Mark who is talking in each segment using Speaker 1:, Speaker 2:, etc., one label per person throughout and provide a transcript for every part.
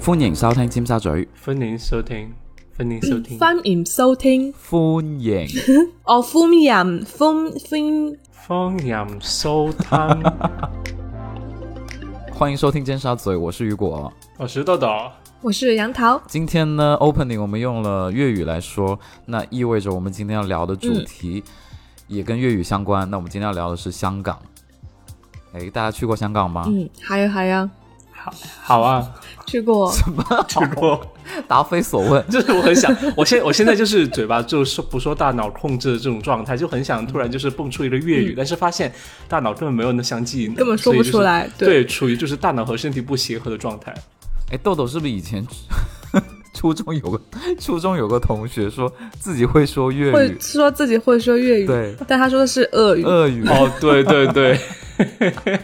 Speaker 1: 歡迎收聽尖沙咀，
Speaker 2: 歡迎收聽，歡迎收聽，
Speaker 3: 歡迎收聽。
Speaker 1: 歡迎
Speaker 3: 我歡迎歡歡
Speaker 2: 歡迎收 聽。
Speaker 1: 歡迎收聽尖沙咀，我是雨果。
Speaker 2: 我是豆豆，
Speaker 3: 我是杨桃。
Speaker 1: 今天呢，opening 我們用了粵語來說，那意味着我們今天要聊的主題也跟粵語相關。那我們今天要聊的是香港。誒，大家去過香港嗎？
Speaker 3: 嗯，係啊係啊，
Speaker 2: 好，好啊，
Speaker 3: 去過。
Speaker 2: 去
Speaker 3: 啊
Speaker 2: 過。
Speaker 1: 答非所問。
Speaker 2: 就是我很想，我现我现在就是嘴巴就是不受大脑控制的这种状态，就很想突然就是蹦出一个粵语，但是发现大脑根本没有那项技能，
Speaker 3: 嗯根本说不出
Speaker 2: 所以
Speaker 3: 来
Speaker 2: 就是对，处于就是大脑和身体不协和的 状态。
Speaker 1: 哎，豆豆是不是以前 初中有个初中有个同学说自己會說粵
Speaker 3: 會
Speaker 1: 語？
Speaker 3: 说自己會說粵語，
Speaker 1: 對，
Speaker 3: 但他說的是俄語。
Speaker 1: 俄語。
Speaker 2: 哦，对对 对，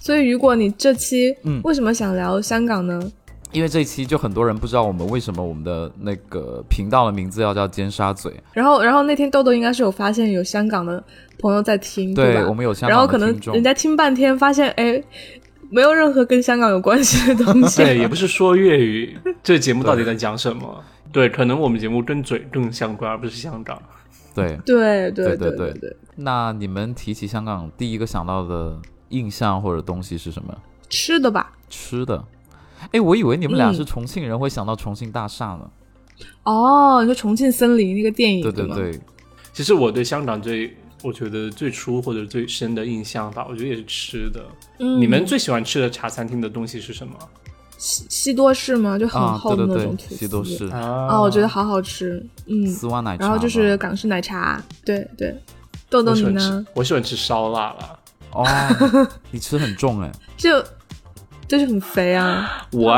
Speaker 3: 所以如果你這期
Speaker 1: 嗯
Speaker 3: 為什麼想聊香港呢？
Speaker 1: 因為這期就很多人不知道我們為什麼我們的那個頻道的名字要叫尖沙咀。
Speaker 3: 然後然後那天豆豆應該是有發現有香港的朋友在聽，
Speaker 1: 對
Speaker 3: 吧
Speaker 1: 我？們有香
Speaker 3: 然後
Speaker 1: 港
Speaker 3: 可
Speaker 1: 的
Speaker 3: 能
Speaker 1: 聽眾，
Speaker 3: 人家聽半天發現，哎，沒有任何跟香港有關係的東 西。
Speaker 2: 对，也不是说粵语，这节目到底在讲什么？对，可能我们节目跟嘴更相关，而不是香港。
Speaker 1: 对。對
Speaker 3: 对對
Speaker 1: 對
Speaker 3: 對
Speaker 1: 對
Speaker 3: 對對，
Speaker 1: 那你們提起香港，第一個想到的印象或者東西是什麼？
Speaker 3: 吃的吧？
Speaker 1: 吃的。哎，我以為你們倆
Speaker 3: 嗯
Speaker 1: 是重慶人，會想到重慶大廈呢。
Speaker 3: 哦，你說《重慶森林》那個電影
Speaker 1: 對對
Speaker 3: 嗎？
Speaker 1: 對，
Speaker 2: 其实我对香港最，我觉得最初或者最深的印象吧，我觉得也是吃的。
Speaker 3: 嗯
Speaker 2: 你们最喜欢吃的茶餐厅的东西是什么？
Speaker 3: 西西多士嘛，就很
Speaker 1: 啊，
Speaker 3: 厚
Speaker 1: 對
Speaker 3: 的
Speaker 1: 對
Speaker 3: 那种
Speaker 1: 對，
Speaker 3: 吐司。
Speaker 1: 西多士、
Speaker 2: 啊
Speaker 3: 哦，我觉得好好吃，嗯。
Speaker 1: 絲襪奶茶
Speaker 3: 然
Speaker 1: 嘛。
Speaker 3: 後就是港式奶茶，对对。豆豆
Speaker 2: 我喜
Speaker 3: 你
Speaker 2: 欢
Speaker 3: 呢
Speaker 2: 吃？，我喜欢吃烧腊啦。
Speaker 1: 哦，你吃很重哎，
Speaker 3: 就就是很肥啊，
Speaker 2: 我、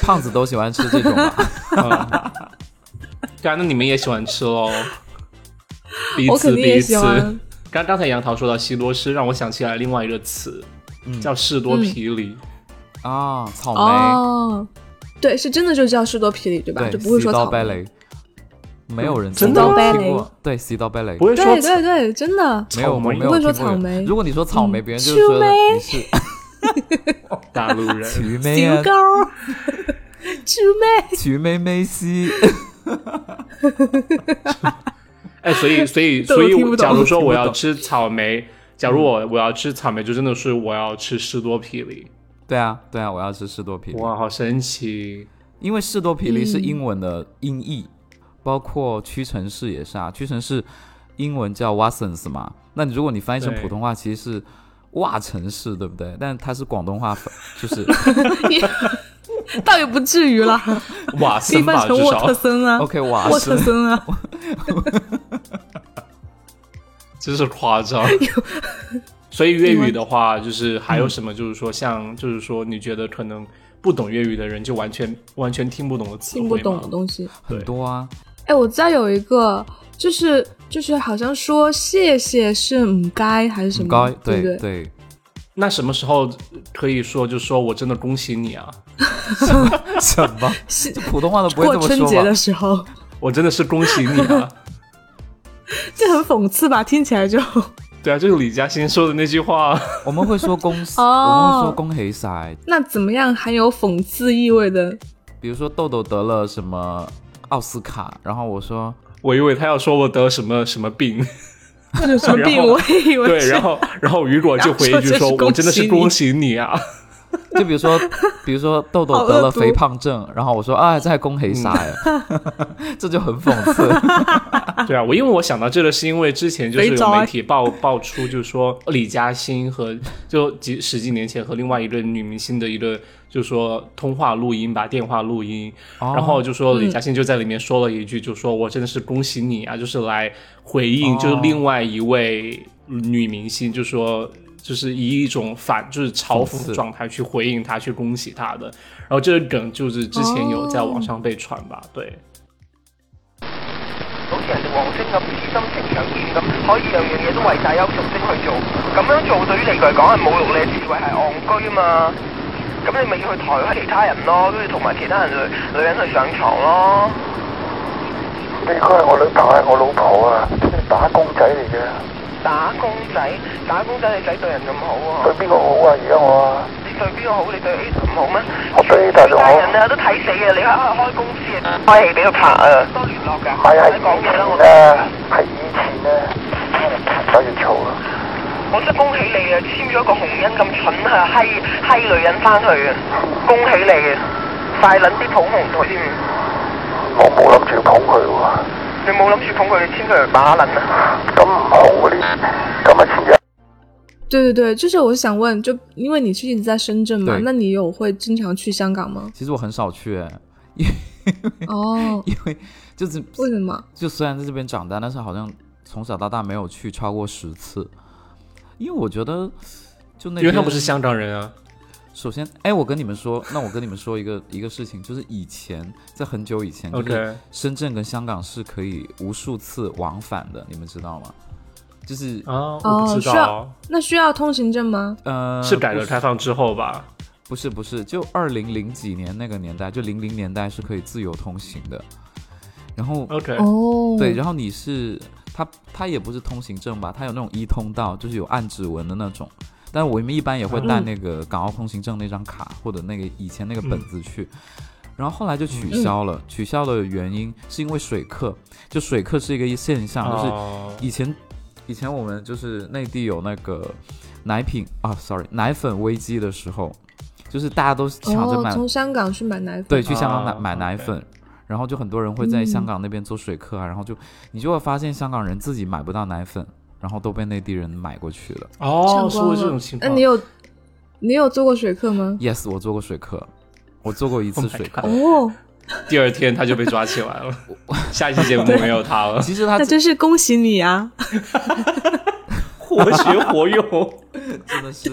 Speaker 1: 胖子都喜歡吃啊這種吧？
Speaker 2: 嗯，对啊，那你们也喜欢吃喽？ 彼
Speaker 3: 我
Speaker 2: 此
Speaker 3: 肯定
Speaker 2: 彼
Speaker 3: 也喜
Speaker 2: 此。
Speaker 3: 欢。
Speaker 2: 刚刚才杨桃说到西多士，让我想起来另外一个词，
Speaker 1: 嗯
Speaker 2: 叫士多啤
Speaker 3: 嗯
Speaker 2: 梨。
Speaker 1: 啊，草莓，
Speaker 3: 哦，对，是真的就叫士多啤梨对吧？
Speaker 1: 對，
Speaker 3: 就不会
Speaker 1: 西
Speaker 3: 说
Speaker 1: 刀
Speaker 3: 草
Speaker 1: 芭
Speaker 3: 莓。
Speaker 1: 蕾，没有人
Speaker 2: 真的
Speaker 1: 聽
Speaker 2: 嗎
Speaker 3: 西刀芭蕾
Speaker 1: 過，對，西刀芭蕾
Speaker 2: 不。会说
Speaker 3: 对对对，真的。
Speaker 1: 没有，
Speaker 2: 草
Speaker 1: 我
Speaker 2: 莓
Speaker 1: 没有
Speaker 3: 不会说
Speaker 1: 聽過
Speaker 3: 草莓
Speaker 1: 如果你说草莓，別人就
Speaker 3: 秋
Speaker 1: 覺得
Speaker 3: 莓
Speaker 1: 你是
Speaker 2: 大陆 人，
Speaker 1: 曲妹
Speaker 3: 小
Speaker 1: 啊
Speaker 3: 狗，猪妹。
Speaker 1: 曲妹妹西。
Speaker 2: 哎，所以所以
Speaker 3: 都
Speaker 2: 所以
Speaker 3: 听不
Speaker 2: 我，
Speaker 3: 懂
Speaker 2: 假如说
Speaker 1: 听不
Speaker 2: 我要
Speaker 1: 懂
Speaker 2: 吃草莓，假如我我要吃草莓，就真的是我要吃士多啤梨。
Speaker 1: 对啊，对啊，我要吃士多啤梨，
Speaker 2: 哇，好神奇！
Speaker 1: 因为士多啤梨是
Speaker 3: 嗯
Speaker 1: 英文的音译，包括屈臣氏也是啊，屈臣氏英文叫 Watsons 嘛，那你如果你翻译成
Speaker 2: 对
Speaker 1: 普通话，其实是袜城市，对不对？但它是廣東话 翻， 就是
Speaker 3: 倒也不至于啦，
Speaker 2: 哇，
Speaker 3: 可以
Speaker 2: 森
Speaker 3: 翻
Speaker 2: 吧，
Speaker 3: 成
Speaker 2: 至
Speaker 3: 沃
Speaker 2: 少
Speaker 3: 特森 啊，
Speaker 1: OK 瓦
Speaker 3: 沃特
Speaker 1: 森，
Speaker 3: 森啊，
Speaker 2: 真是夸张。所以粤语的话，就是还
Speaker 3: 嗯
Speaker 2: 有什么，就是说像，就是说你觉得可能不懂粤语的人，就完全完全听不懂的词汇
Speaker 3: 听
Speaker 2: 吗
Speaker 3: 不懂的东西。
Speaker 1: 很多啊，
Speaker 3: 哎，我知道有一个，就是就是好像说谢谢是唔该还是什
Speaker 1: 很
Speaker 3: 么，
Speaker 1: 高，
Speaker 3: 对不
Speaker 1: 对
Speaker 3: 对？
Speaker 2: 那什么时候可以说，就说我真的恭喜你啊，
Speaker 1: 什么
Speaker 3: 是
Speaker 1: 普通话都不会
Speaker 3: 过
Speaker 1: 这么
Speaker 3: 春
Speaker 1: 说
Speaker 3: 节的
Speaker 1: 吧？
Speaker 3: 时候，
Speaker 2: 我真的是恭喜你 啊。
Speaker 3: 这很讽刺吧？听起来就
Speaker 2: 对啊，就是李嘉欣说的那句话，
Speaker 1: 我们会说恭喜，
Speaker 3: 哦
Speaker 1: 我们会说恭喜晒，
Speaker 3: 那怎么样含有讽刺意味的？
Speaker 1: 比如说豆豆得了什么奥斯卡，然后我说
Speaker 2: 我以为他要说我得什么什么病，
Speaker 3: 这有什么病？
Speaker 2: 然后
Speaker 3: 我也以为
Speaker 2: 对，
Speaker 3: 是
Speaker 2: 然后然后雨果就回一句
Speaker 3: 然
Speaker 2: 说
Speaker 3: 后说，
Speaker 2: 我
Speaker 3: 这
Speaker 2: 真
Speaker 3: 是
Speaker 2: 的是恭
Speaker 3: 恭
Speaker 2: 喜你啊。
Speaker 1: 就比如说，比如说豆豆
Speaker 3: 好
Speaker 1: 得了
Speaker 3: 恶毒
Speaker 1: 肥胖症，然后我说啊，在恭喜晒， 这就很讽刺。
Speaker 2: 对啊，我因为我想到这个，是因为之前就是有
Speaker 3: 肥
Speaker 1: 啊
Speaker 3: 宅
Speaker 2: 媒体爆 爆出，就是说李嘉欣和就几十几年前和另外一个女明星的一个，就是说通话录音吧，电话录音，
Speaker 1: 哦
Speaker 2: 然后就说李嘉欣就在里面说了一句，就说我真的是恭喜你啊，就是来回应
Speaker 1: 哦
Speaker 2: 就是另外一位女明星，就说。就是以一种反就是嘲
Speaker 1: 讽
Speaker 2: 讽
Speaker 1: 刺
Speaker 2: 的状态去回应她，去恭喜她的。然后这个梗就是之前有
Speaker 1: 哦
Speaker 2: 在网上被传吧，对。
Speaker 4: 好似人哋黃星咁處心情想處咁，可以樣樣嘢都為大優重精去做，咁樣做對於你嚟講係侮辱你嘅智慧，係戇居啊嘛。咁你咪要去抬開其他人咯，跟住同埋其他人女女人去上床咯。
Speaker 5: 你佢係我女朋友，係我老婆啊，打工仔嚟嘅，
Speaker 4: 打工仔，打工仔你仔對人咁好喎、
Speaker 5: 對邊個好啊？而家我啊，
Speaker 4: 你對邊個好，你對 A 唔好咩？
Speaker 5: 我對 A 大就好
Speaker 4: 呢班人啊都睇死啊！你喺度開公司啊，開戲俾佢拍啊，多聯絡㗎。
Speaker 5: 唔係係
Speaker 4: 唔
Speaker 5: 以
Speaker 4: 使講嘢啦，
Speaker 5: 前
Speaker 4: 我
Speaker 5: 咧，啊係以前啊咧，唔使要嘈啦。
Speaker 4: 我真係恭喜你啊！簽咗個紅恩咁蠢啊，閪閪女人翻去啊！恭喜你啊！快撚啲捧紅佢添，
Speaker 5: 我冇諗住捧佢喎，
Speaker 4: 你冇諗住捧佢，你簽佢嚟把撚啊！
Speaker 5: 咁唔好嗰啲，咁啊咪前日
Speaker 3: 对对对，就是我想问，就因为你是一直在深圳嘛，
Speaker 1: 对？
Speaker 3: 那你有会经常去香港吗
Speaker 1: 其实我很少去，因为，
Speaker 3: 哦
Speaker 1: 因为就是
Speaker 3: 为什么？
Speaker 1: 就虽然在这边长大，但是好像从小到大没有去超过十次，因为我觉得就那
Speaker 2: 因为他
Speaker 1: 边
Speaker 2: 不是香港人啊。
Speaker 1: 首先，哎，我跟你们说， 那我跟你们说一个一个事情，就是以前在很久以前，就
Speaker 2: OK
Speaker 1: 是深圳跟香港是可以无数次往返的，你们知道吗？就是
Speaker 2: 啊，我
Speaker 3: 哦，
Speaker 2: 不
Speaker 3: 需
Speaker 2: 知道
Speaker 3: 要，那需要通行证吗？
Speaker 1: 呃，
Speaker 2: 嗯是改
Speaker 1: 不
Speaker 2: 革开放之后吧？
Speaker 1: 不是不是，就二零零几年那个年代，就零零年代是可以自由通行的。然后
Speaker 2: OK，
Speaker 3: 哦，
Speaker 1: 对，然后你是它它也不是通行证吧？它有那种一通道，就是有按指纹的那种。但我们一般也会带那个港澳通行证那张卡、或者那个以前那个本子去。然后后来就取消了，取消的原因是因为水客，就水客是一个现象，就是
Speaker 2: 哦
Speaker 1: 以前以前我们就是内地有那个奶品啊，sorry，奶粉危机的时候，就是大家都抢着
Speaker 3: 哦
Speaker 1: 买，，
Speaker 3: 从香港去买奶粉，
Speaker 1: 对，去香港买、
Speaker 2: 啊
Speaker 1: 买奶
Speaker 2: ，OK
Speaker 1: 粉。然后就很多人会在香
Speaker 3: 嗯
Speaker 1: 港那边做水客啊，然后就你就会发现香港人自己买不到奶粉，然后都被内地人买过去了。
Speaker 2: 哦，
Speaker 3: 抢
Speaker 2: 是会
Speaker 3: 光
Speaker 2: 这种
Speaker 3: 了
Speaker 2: 情。
Speaker 3: 那
Speaker 2: 况。
Speaker 3: 你有你有做过水客吗？
Speaker 1: Yes，我做过水客，我做过一次
Speaker 2: Oh my
Speaker 1: 水客。
Speaker 3: 哦，
Speaker 2: 第二天他就被抓起来了，下一期 节目没有他了，
Speaker 1: 其实他
Speaker 3: 那真是恭喜你啊！
Speaker 2: 活学活用。
Speaker 1: 真的是，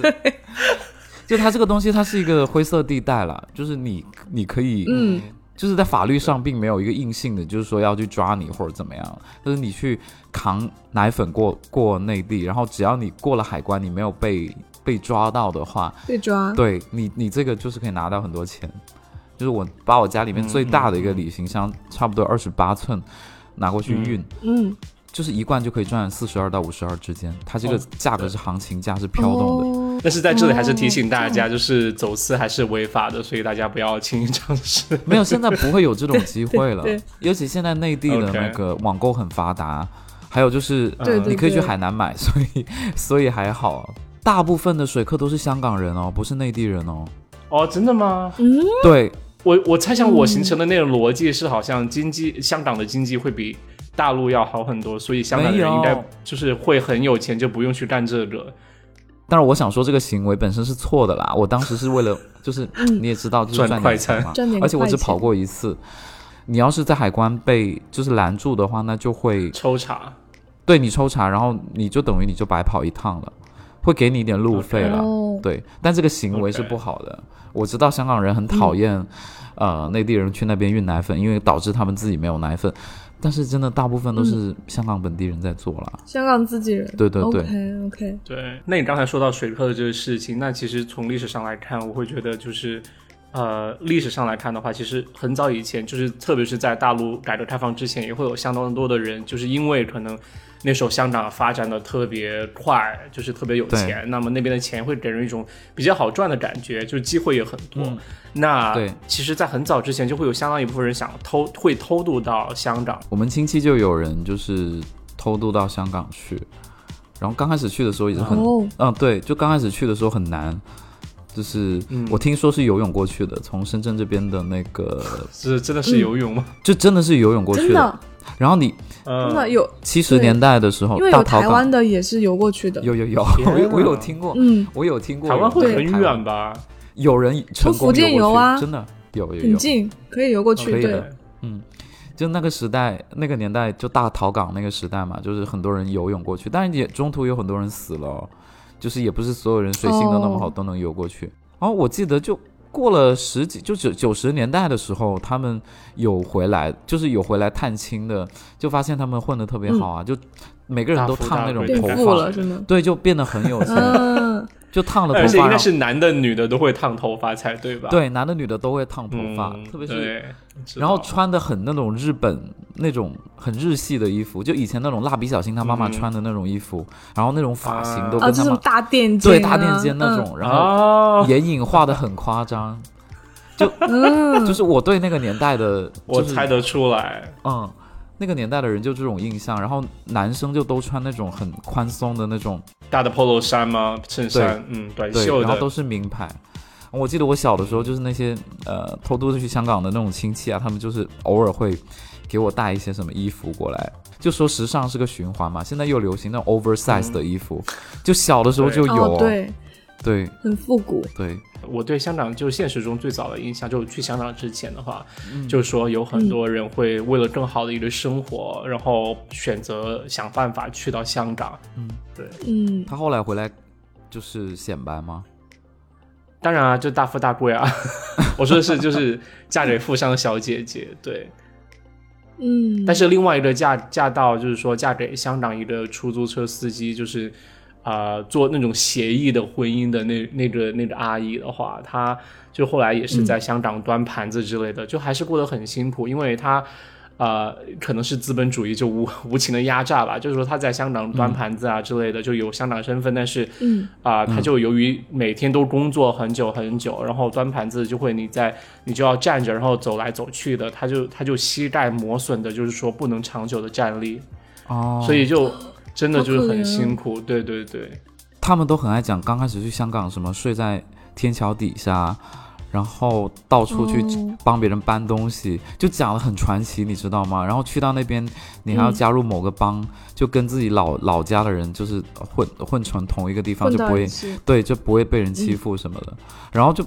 Speaker 1: 就它这个东西，它是一个灰色地带啦，就是你你可以，
Speaker 3: 嗯，
Speaker 1: 就是在法律上并没有一个硬性的，就是说要去抓你或者怎么样，就是你去扛奶粉过过内地，然后只要你过了海关，你没有被被抓到的话，
Speaker 3: 被
Speaker 2: 嗯
Speaker 3: 抓，
Speaker 1: 对你你这个就是可以拿到很多钱。就是我把我家里面最大的一个旅行箱，差不多二十八寸，拿过去
Speaker 2: 嗯
Speaker 1: 运，
Speaker 3: 嗯，
Speaker 1: 就是一罐就可以赚四十二到五十二之间，它这个
Speaker 2: 哦
Speaker 1: 价格是行情价，是飘动的。
Speaker 3: 哦
Speaker 2: 但是在这里还是提醒大家，就是走私还是违法的，所以大家不要轻易尝试。
Speaker 1: 没有，现在不会有这种机会了
Speaker 3: 对对。
Speaker 1: 尤其现在内地的
Speaker 2: OK
Speaker 1: 那个网购很发达，还有就是
Speaker 3: 对对
Speaker 1: 你可以去
Speaker 3: 对
Speaker 1: 海南买， 所以所以还好。大部分的水客都是香港人哦，不是内地人哦。
Speaker 2: 哦，真的吗？
Speaker 3: 嗯，
Speaker 1: 对，
Speaker 2: 我我猜想我形成的那个逻辑是，好像经济香港的经济会比大陆要好很多，所以香港的人
Speaker 1: 没有
Speaker 2: 应该就是会很有钱，就不用去干这个。
Speaker 1: 但是我想说这个行为本身是错的啦。我当时是为了， 就是你也知道，就是
Speaker 2: 赚
Speaker 1: 赚
Speaker 2: 快
Speaker 1: 点钱
Speaker 2: 餐
Speaker 1: 嘛
Speaker 3: 赚点
Speaker 1: 而且我只
Speaker 3: 快钱
Speaker 1: 跑过一次。你要是在海关被就是拦住的话，那就会
Speaker 2: 抽查，
Speaker 1: 对你抽查，然后你就等于你就白跑一趟了，会给你一点路费了。
Speaker 3: 哦，
Speaker 1: 对，但这个行为是
Speaker 2: OK
Speaker 1: 不好的。我知道香港人很讨厌，
Speaker 3: 嗯
Speaker 1: 呃，内地人去那边运奶粉，因为导致他们自己没有奶粉。但是真的，大部分都
Speaker 3: 嗯
Speaker 1: 是香港本地人在做啦。
Speaker 3: 香港自己人，
Speaker 1: 对对对
Speaker 3: OK OK，
Speaker 2: 对，那你刚才说到水客的这个事情，那其实从历史上来看，我会觉得就是，呃，历史上来看的话，其实很早以前，就是特别是在大陆改革开放之前，也会有相当多的人，就是因为可能那时候香港发展的特别快，就是特别有
Speaker 1: 对
Speaker 2: 钱，那么那边的钱会给人一种比较好赚的感觉，就是机会也很多。那
Speaker 1: 对
Speaker 2: 其实，在很早之前就会有相当一部分人想偷，会偷渡到香港。
Speaker 1: 我们亲戚就有人就是偷渡到香港去，然后刚开始去的时候也是很，嗯、
Speaker 3: 哦，
Speaker 1: 对，就刚开始去的时候很难。就是我听说是游泳过去的，从深圳这边的那个，
Speaker 2: 是真的
Speaker 3: 嗯
Speaker 2: 是游泳吗？
Speaker 1: 就真的是游泳过去
Speaker 3: 真
Speaker 1: 的。
Speaker 3: 的
Speaker 1: 然后你
Speaker 2: 嗯
Speaker 3: 真的有，
Speaker 1: 七十
Speaker 3: 对
Speaker 1: 年代的时候
Speaker 3: 因为
Speaker 1: 到
Speaker 3: 有
Speaker 1: 淘
Speaker 3: 台
Speaker 1: 港
Speaker 3: 湾，的也是游过去的，
Speaker 1: 有有有，
Speaker 2: 天
Speaker 1: 我有我有
Speaker 2: 啊
Speaker 1: 听过，
Speaker 3: 嗯，
Speaker 1: 我有听过
Speaker 2: 台
Speaker 1: 有
Speaker 2: 湾
Speaker 1: 人
Speaker 2: 会
Speaker 1: 在
Speaker 2: 很
Speaker 1: 台湾
Speaker 2: 远吧？
Speaker 1: 有人成功
Speaker 3: 福建
Speaker 1: 游过
Speaker 3: 游
Speaker 1: 去
Speaker 3: 啊
Speaker 1: 真的有有
Speaker 3: 很
Speaker 1: 有，
Speaker 3: 近，可以游过去，
Speaker 1: 可以
Speaker 3: 对
Speaker 1: 的，就那个时代那个年代就大逃港那个时代嘛，就是很多人游泳过去，但是也中途有很多人死了哦、就是也不是所有人水性都那么好
Speaker 3: 哦
Speaker 1: 都能游过去。然后我记得就过了十几就九九十年代的时候，他
Speaker 3: 嗯
Speaker 1: 们有回来，就是有回来探亲的，就发现他们混得特别好啊，就每个人都
Speaker 2: 大富
Speaker 1: 烫
Speaker 2: 大
Speaker 1: 那种
Speaker 2: 贵
Speaker 3: 变
Speaker 1: 头
Speaker 2: 大
Speaker 3: 富了，
Speaker 1: 发，
Speaker 3: 真的。
Speaker 1: 对，就变得很有钱，
Speaker 3: 嗯，
Speaker 1: 就烫了
Speaker 2: 而
Speaker 1: 头
Speaker 2: 且
Speaker 1: 发，
Speaker 2: 应该
Speaker 1: 然后
Speaker 2: 是男的女的都会烫头发才对吧？，
Speaker 1: 对男的女的都会烫头发，
Speaker 2: 嗯、
Speaker 1: 特别是
Speaker 2: 对，知
Speaker 1: 然后
Speaker 2: 道
Speaker 1: 穿的很那种日本那种很日系的衣服，就以前那种蜡笔小新他妈妈
Speaker 2: 嗯
Speaker 1: 穿的那种衣服，然后那种发型都
Speaker 3: 啊，
Speaker 1: 跟
Speaker 3: 这
Speaker 1: 他
Speaker 3: 种
Speaker 1: 妈、
Speaker 3: 大垫肩、啊，
Speaker 1: 对大垫肩那种，然后
Speaker 2: 啊，
Speaker 1: 眼影画的很夸张，
Speaker 3: 嗯，
Speaker 1: 就
Speaker 3: 嗯，
Speaker 1: 是我对那个年代的，
Speaker 2: 我
Speaker 1: 就是
Speaker 2: 猜得出来，
Speaker 1: 嗯，那个年代的人就这种印象，然后男生就都穿那种很宽松的那种，
Speaker 2: 大的 polo 衫吗？衬
Speaker 1: 对
Speaker 2: 衫，嗯，短
Speaker 1: 对，
Speaker 2: 袖
Speaker 1: 然后
Speaker 2: 的
Speaker 1: 都，是名牌。我记得我小的时候，就是那些呃偷渡去香港的那种亲戚啊，他们就是偶尔会给我带一些什么衣服过来，就说时尚是个循环嘛。现在又流行那种 oversize 的衣服，就小的时候就有、啊
Speaker 3: 哦，对，
Speaker 1: 对
Speaker 3: 很复古，
Speaker 1: 对
Speaker 2: 我对香港就是现实中最早的印象，就是去香港之前的话，
Speaker 1: 嗯
Speaker 2: 就是说有很多人会为了更好的一个生活，然后选择想办法去到香港。
Speaker 3: 嗯，
Speaker 1: 他后来回来就是显摆吗？
Speaker 2: 当然啊，就大富大贵啊！ 我说的是就是嫁给富商的小姐姐，对。
Speaker 3: 嗯，
Speaker 2: 但是另外一个嫁嫁到就是说嫁给香港一个出租车司机，就是啊、呃做那种协议的婚姻的那那个那个阿姨的话，她就后来也是在香港端盘子之类的，就还是过得很辛苦，因为她。呃，可能是资本主义就无无情的压榨吧，就是说她在香港端盘子啊之类的，就有香港身份，但是，
Speaker 3: 嗯
Speaker 2: 啊、他就由于每天都工作很久很久，然后端盘子就会你在你就要站着，然后走来走去的，他就他就膝盖磨损的，就是说不能长久的站立，
Speaker 1: 哦，
Speaker 2: 所以就真的
Speaker 3: 好可
Speaker 2: 就是很
Speaker 3: 怜啊
Speaker 2: 辛苦。对对对，
Speaker 1: 他们都很爱讲，刚开始去香港什么睡在天桥底下，然后到处去
Speaker 3: 哦
Speaker 1: 帮别人搬东西，就讲的很传奇，你知道吗？然后去到那边，你还要
Speaker 3: 嗯
Speaker 1: 加入某个帮，就跟自己老老家的人就是混混成同一个地方，
Speaker 3: 混
Speaker 1: 就
Speaker 3: 到
Speaker 1: 不会
Speaker 3: 一起。
Speaker 1: 对就不会被人欺负什么的。然后就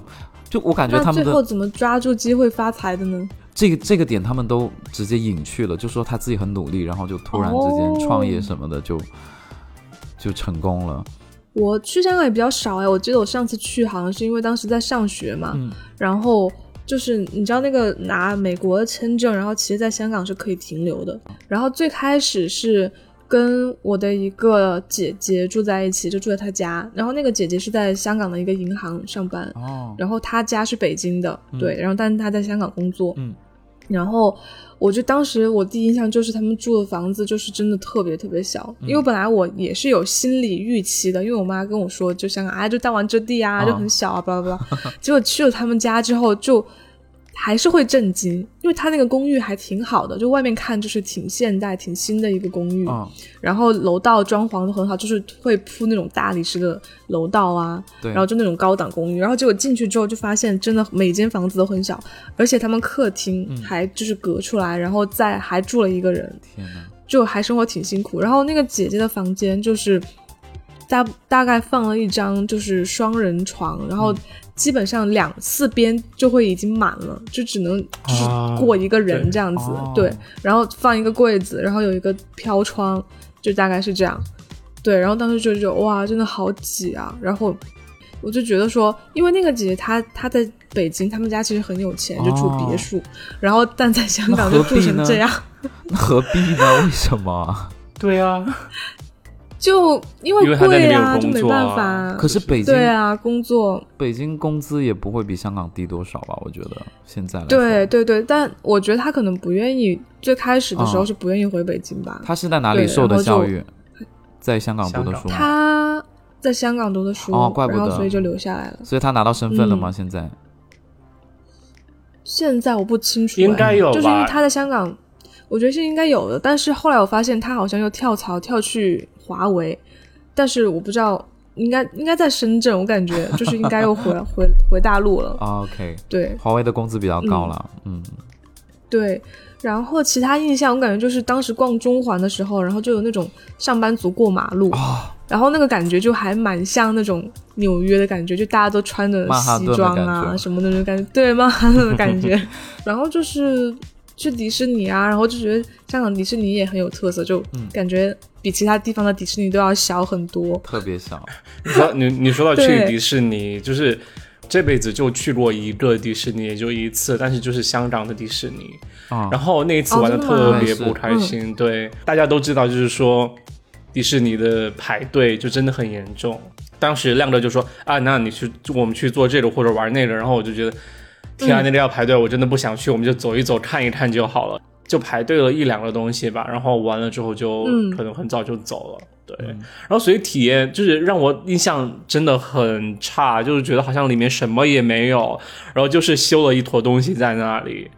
Speaker 1: 就我感觉
Speaker 3: 那
Speaker 1: 他们
Speaker 3: 最
Speaker 1: 的
Speaker 3: 后怎么抓住机会发财的呢？
Speaker 1: 这个这个点他们都直接隐去了，就说他自己很努力，然后就突然之
Speaker 3: 哦
Speaker 1: 间创业什么的就、就成功了。
Speaker 3: 我去香港也比较少哎，我记得我上次去好像是因为当时在上学嘛，
Speaker 1: 嗯
Speaker 3: 然后就是你知道那个拿美国的签证，然后其实在香港是可以停留的。然后最开始是跟我的一个姐姐住在一起，就住在她家，然后那个姐姐是在香港的一个银行上班，
Speaker 1: 哦，
Speaker 3: 然后他家是北京的，对，然后但是他在香港工作，
Speaker 1: 嗯，
Speaker 3: 然后我就当时我第一印象就是他们住的房子就是真的特别特别小，因为本来我也是有心理预期的，因为我妈跟我说就香港啊就弹丸之地啊
Speaker 1: 啊
Speaker 3: 就很小啊，巴拉巴拉， 结果去了他们家之后就。还是会震惊，因为他那个公寓还挺好的，就外面看就是挺现代、挺新的一个公寓。
Speaker 1: 嗯，
Speaker 3: 然后楼道装潢都很好，就是会铺那种大理石的楼道啊，
Speaker 1: 对
Speaker 3: 然后就那种高档公寓，然后结果进去之后就发现，真的每间房子都很小，而且他们客厅
Speaker 2: 嗯
Speaker 3: 还就是隔出来，然后再还住了一个人，
Speaker 1: 天哪！
Speaker 3: 就还生活挺辛苦。然后那个姐姐的房间就是大大概放了一张就是双人床，
Speaker 2: 嗯
Speaker 3: 然后基本上两四边就会已经满了，就只能就是
Speaker 2: 啊
Speaker 3: 过一个人
Speaker 2: 对
Speaker 3: 这样子，
Speaker 1: 哦
Speaker 3: 对。然后放一个柜子，然后有一个飘窗，就大概是这样。对，然后当时就觉得哇，真的好挤啊！然后我就觉得说，因为那个姐姐她她在北京，他们家其实很有钱，就住
Speaker 1: 哦
Speaker 3: 别墅，然后但在香
Speaker 1: 那
Speaker 3: 港
Speaker 1: 何
Speaker 3: 就住
Speaker 1: 必
Speaker 3: 成
Speaker 1: 呢
Speaker 3: 这样。
Speaker 1: 那何必呢？为什么？
Speaker 2: 对啊，
Speaker 3: 就因
Speaker 2: 因为
Speaker 3: 为
Speaker 2: 他在那
Speaker 3: 贵
Speaker 2: 边
Speaker 3: 啊，
Speaker 2: 有
Speaker 3: 就
Speaker 2: 工
Speaker 3: 没
Speaker 2: 作
Speaker 3: 办
Speaker 2: 啊
Speaker 3: 法、啊。
Speaker 1: 可是
Speaker 2: 就是
Speaker 1: 北京
Speaker 3: 对啊，工作，
Speaker 1: 北京工资也不会比香港低多少吧？我觉得现在来说
Speaker 3: 对，对对，但我觉得他可能不愿意，最开始的时候
Speaker 1: 啊
Speaker 3: 是不愿意回北京吧。
Speaker 1: 他是在哪里受的教育？在香港读的书吗，
Speaker 3: 他在香港读的书，
Speaker 1: 哦怪不
Speaker 3: 然后
Speaker 1: 得
Speaker 3: 所以就留下来了。
Speaker 1: 所以他拿到身份了吗？
Speaker 3: 嗯
Speaker 1: 现在
Speaker 3: 现在我不清楚哎，
Speaker 2: 应该有吧
Speaker 3: 就是因为他在香港，我觉得是应该有的。但是后来我发现他好像又跳槽跳去华为，但是我不知道，应该应该在深圳，我感觉就是应该又回回回大陆了。
Speaker 1: 啊，OK，
Speaker 3: 对，
Speaker 1: 华为的工资比较高了，嗯，
Speaker 3: 对，然后其他印象我感觉就是当时逛中环的时候，然后就有那种上班族过马路，
Speaker 1: 哦
Speaker 3: 然后那个感觉就还蛮像那种纽约的感觉，就大家都穿着
Speaker 1: 曼哈
Speaker 3: 西
Speaker 1: 顿的
Speaker 3: 装
Speaker 1: 感
Speaker 3: 啊
Speaker 1: 觉
Speaker 3: 什么的那种感觉，对，曼哈顿的感 觉。然后就是去迪士尼啊，然后就觉得香港迪士尼也很有特色，就
Speaker 1: 嗯
Speaker 3: 感觉比其他地方的迪士尼都要小很多。
Speaker 1: 特别 小，
Speaker 2: 你说你你说到去
Speaker 3: 对
Speaker 2: 迪士尼，就是这辈子就去过一个迪士尼，也就一次，但是就是香港的迪士尼。
Speaker 1: 啊
Speaker 2: 然后那一次
Speaker 3: 哦
Speaker 2: 玩的
Speaker 3: 真的吗
Speaker 2: 特别不开心，对，大家都知道，就是说迪士尼的排队就真的很严重。当时亮哥就说啊，那你去我们去做这个或者玩那个，然后我就觉得天啊，那个要排队，我真的不想去，我们就走一走看一看就好了。就排队了一两个东西吧，然后完了之后就
Speaker 3: 嗯
Speaker 2: 可能很早就走了。对，然后所以体验就是让我印象真的很差，就是觉得好像里面什么也没有，然后就是修了一坨东西在那里。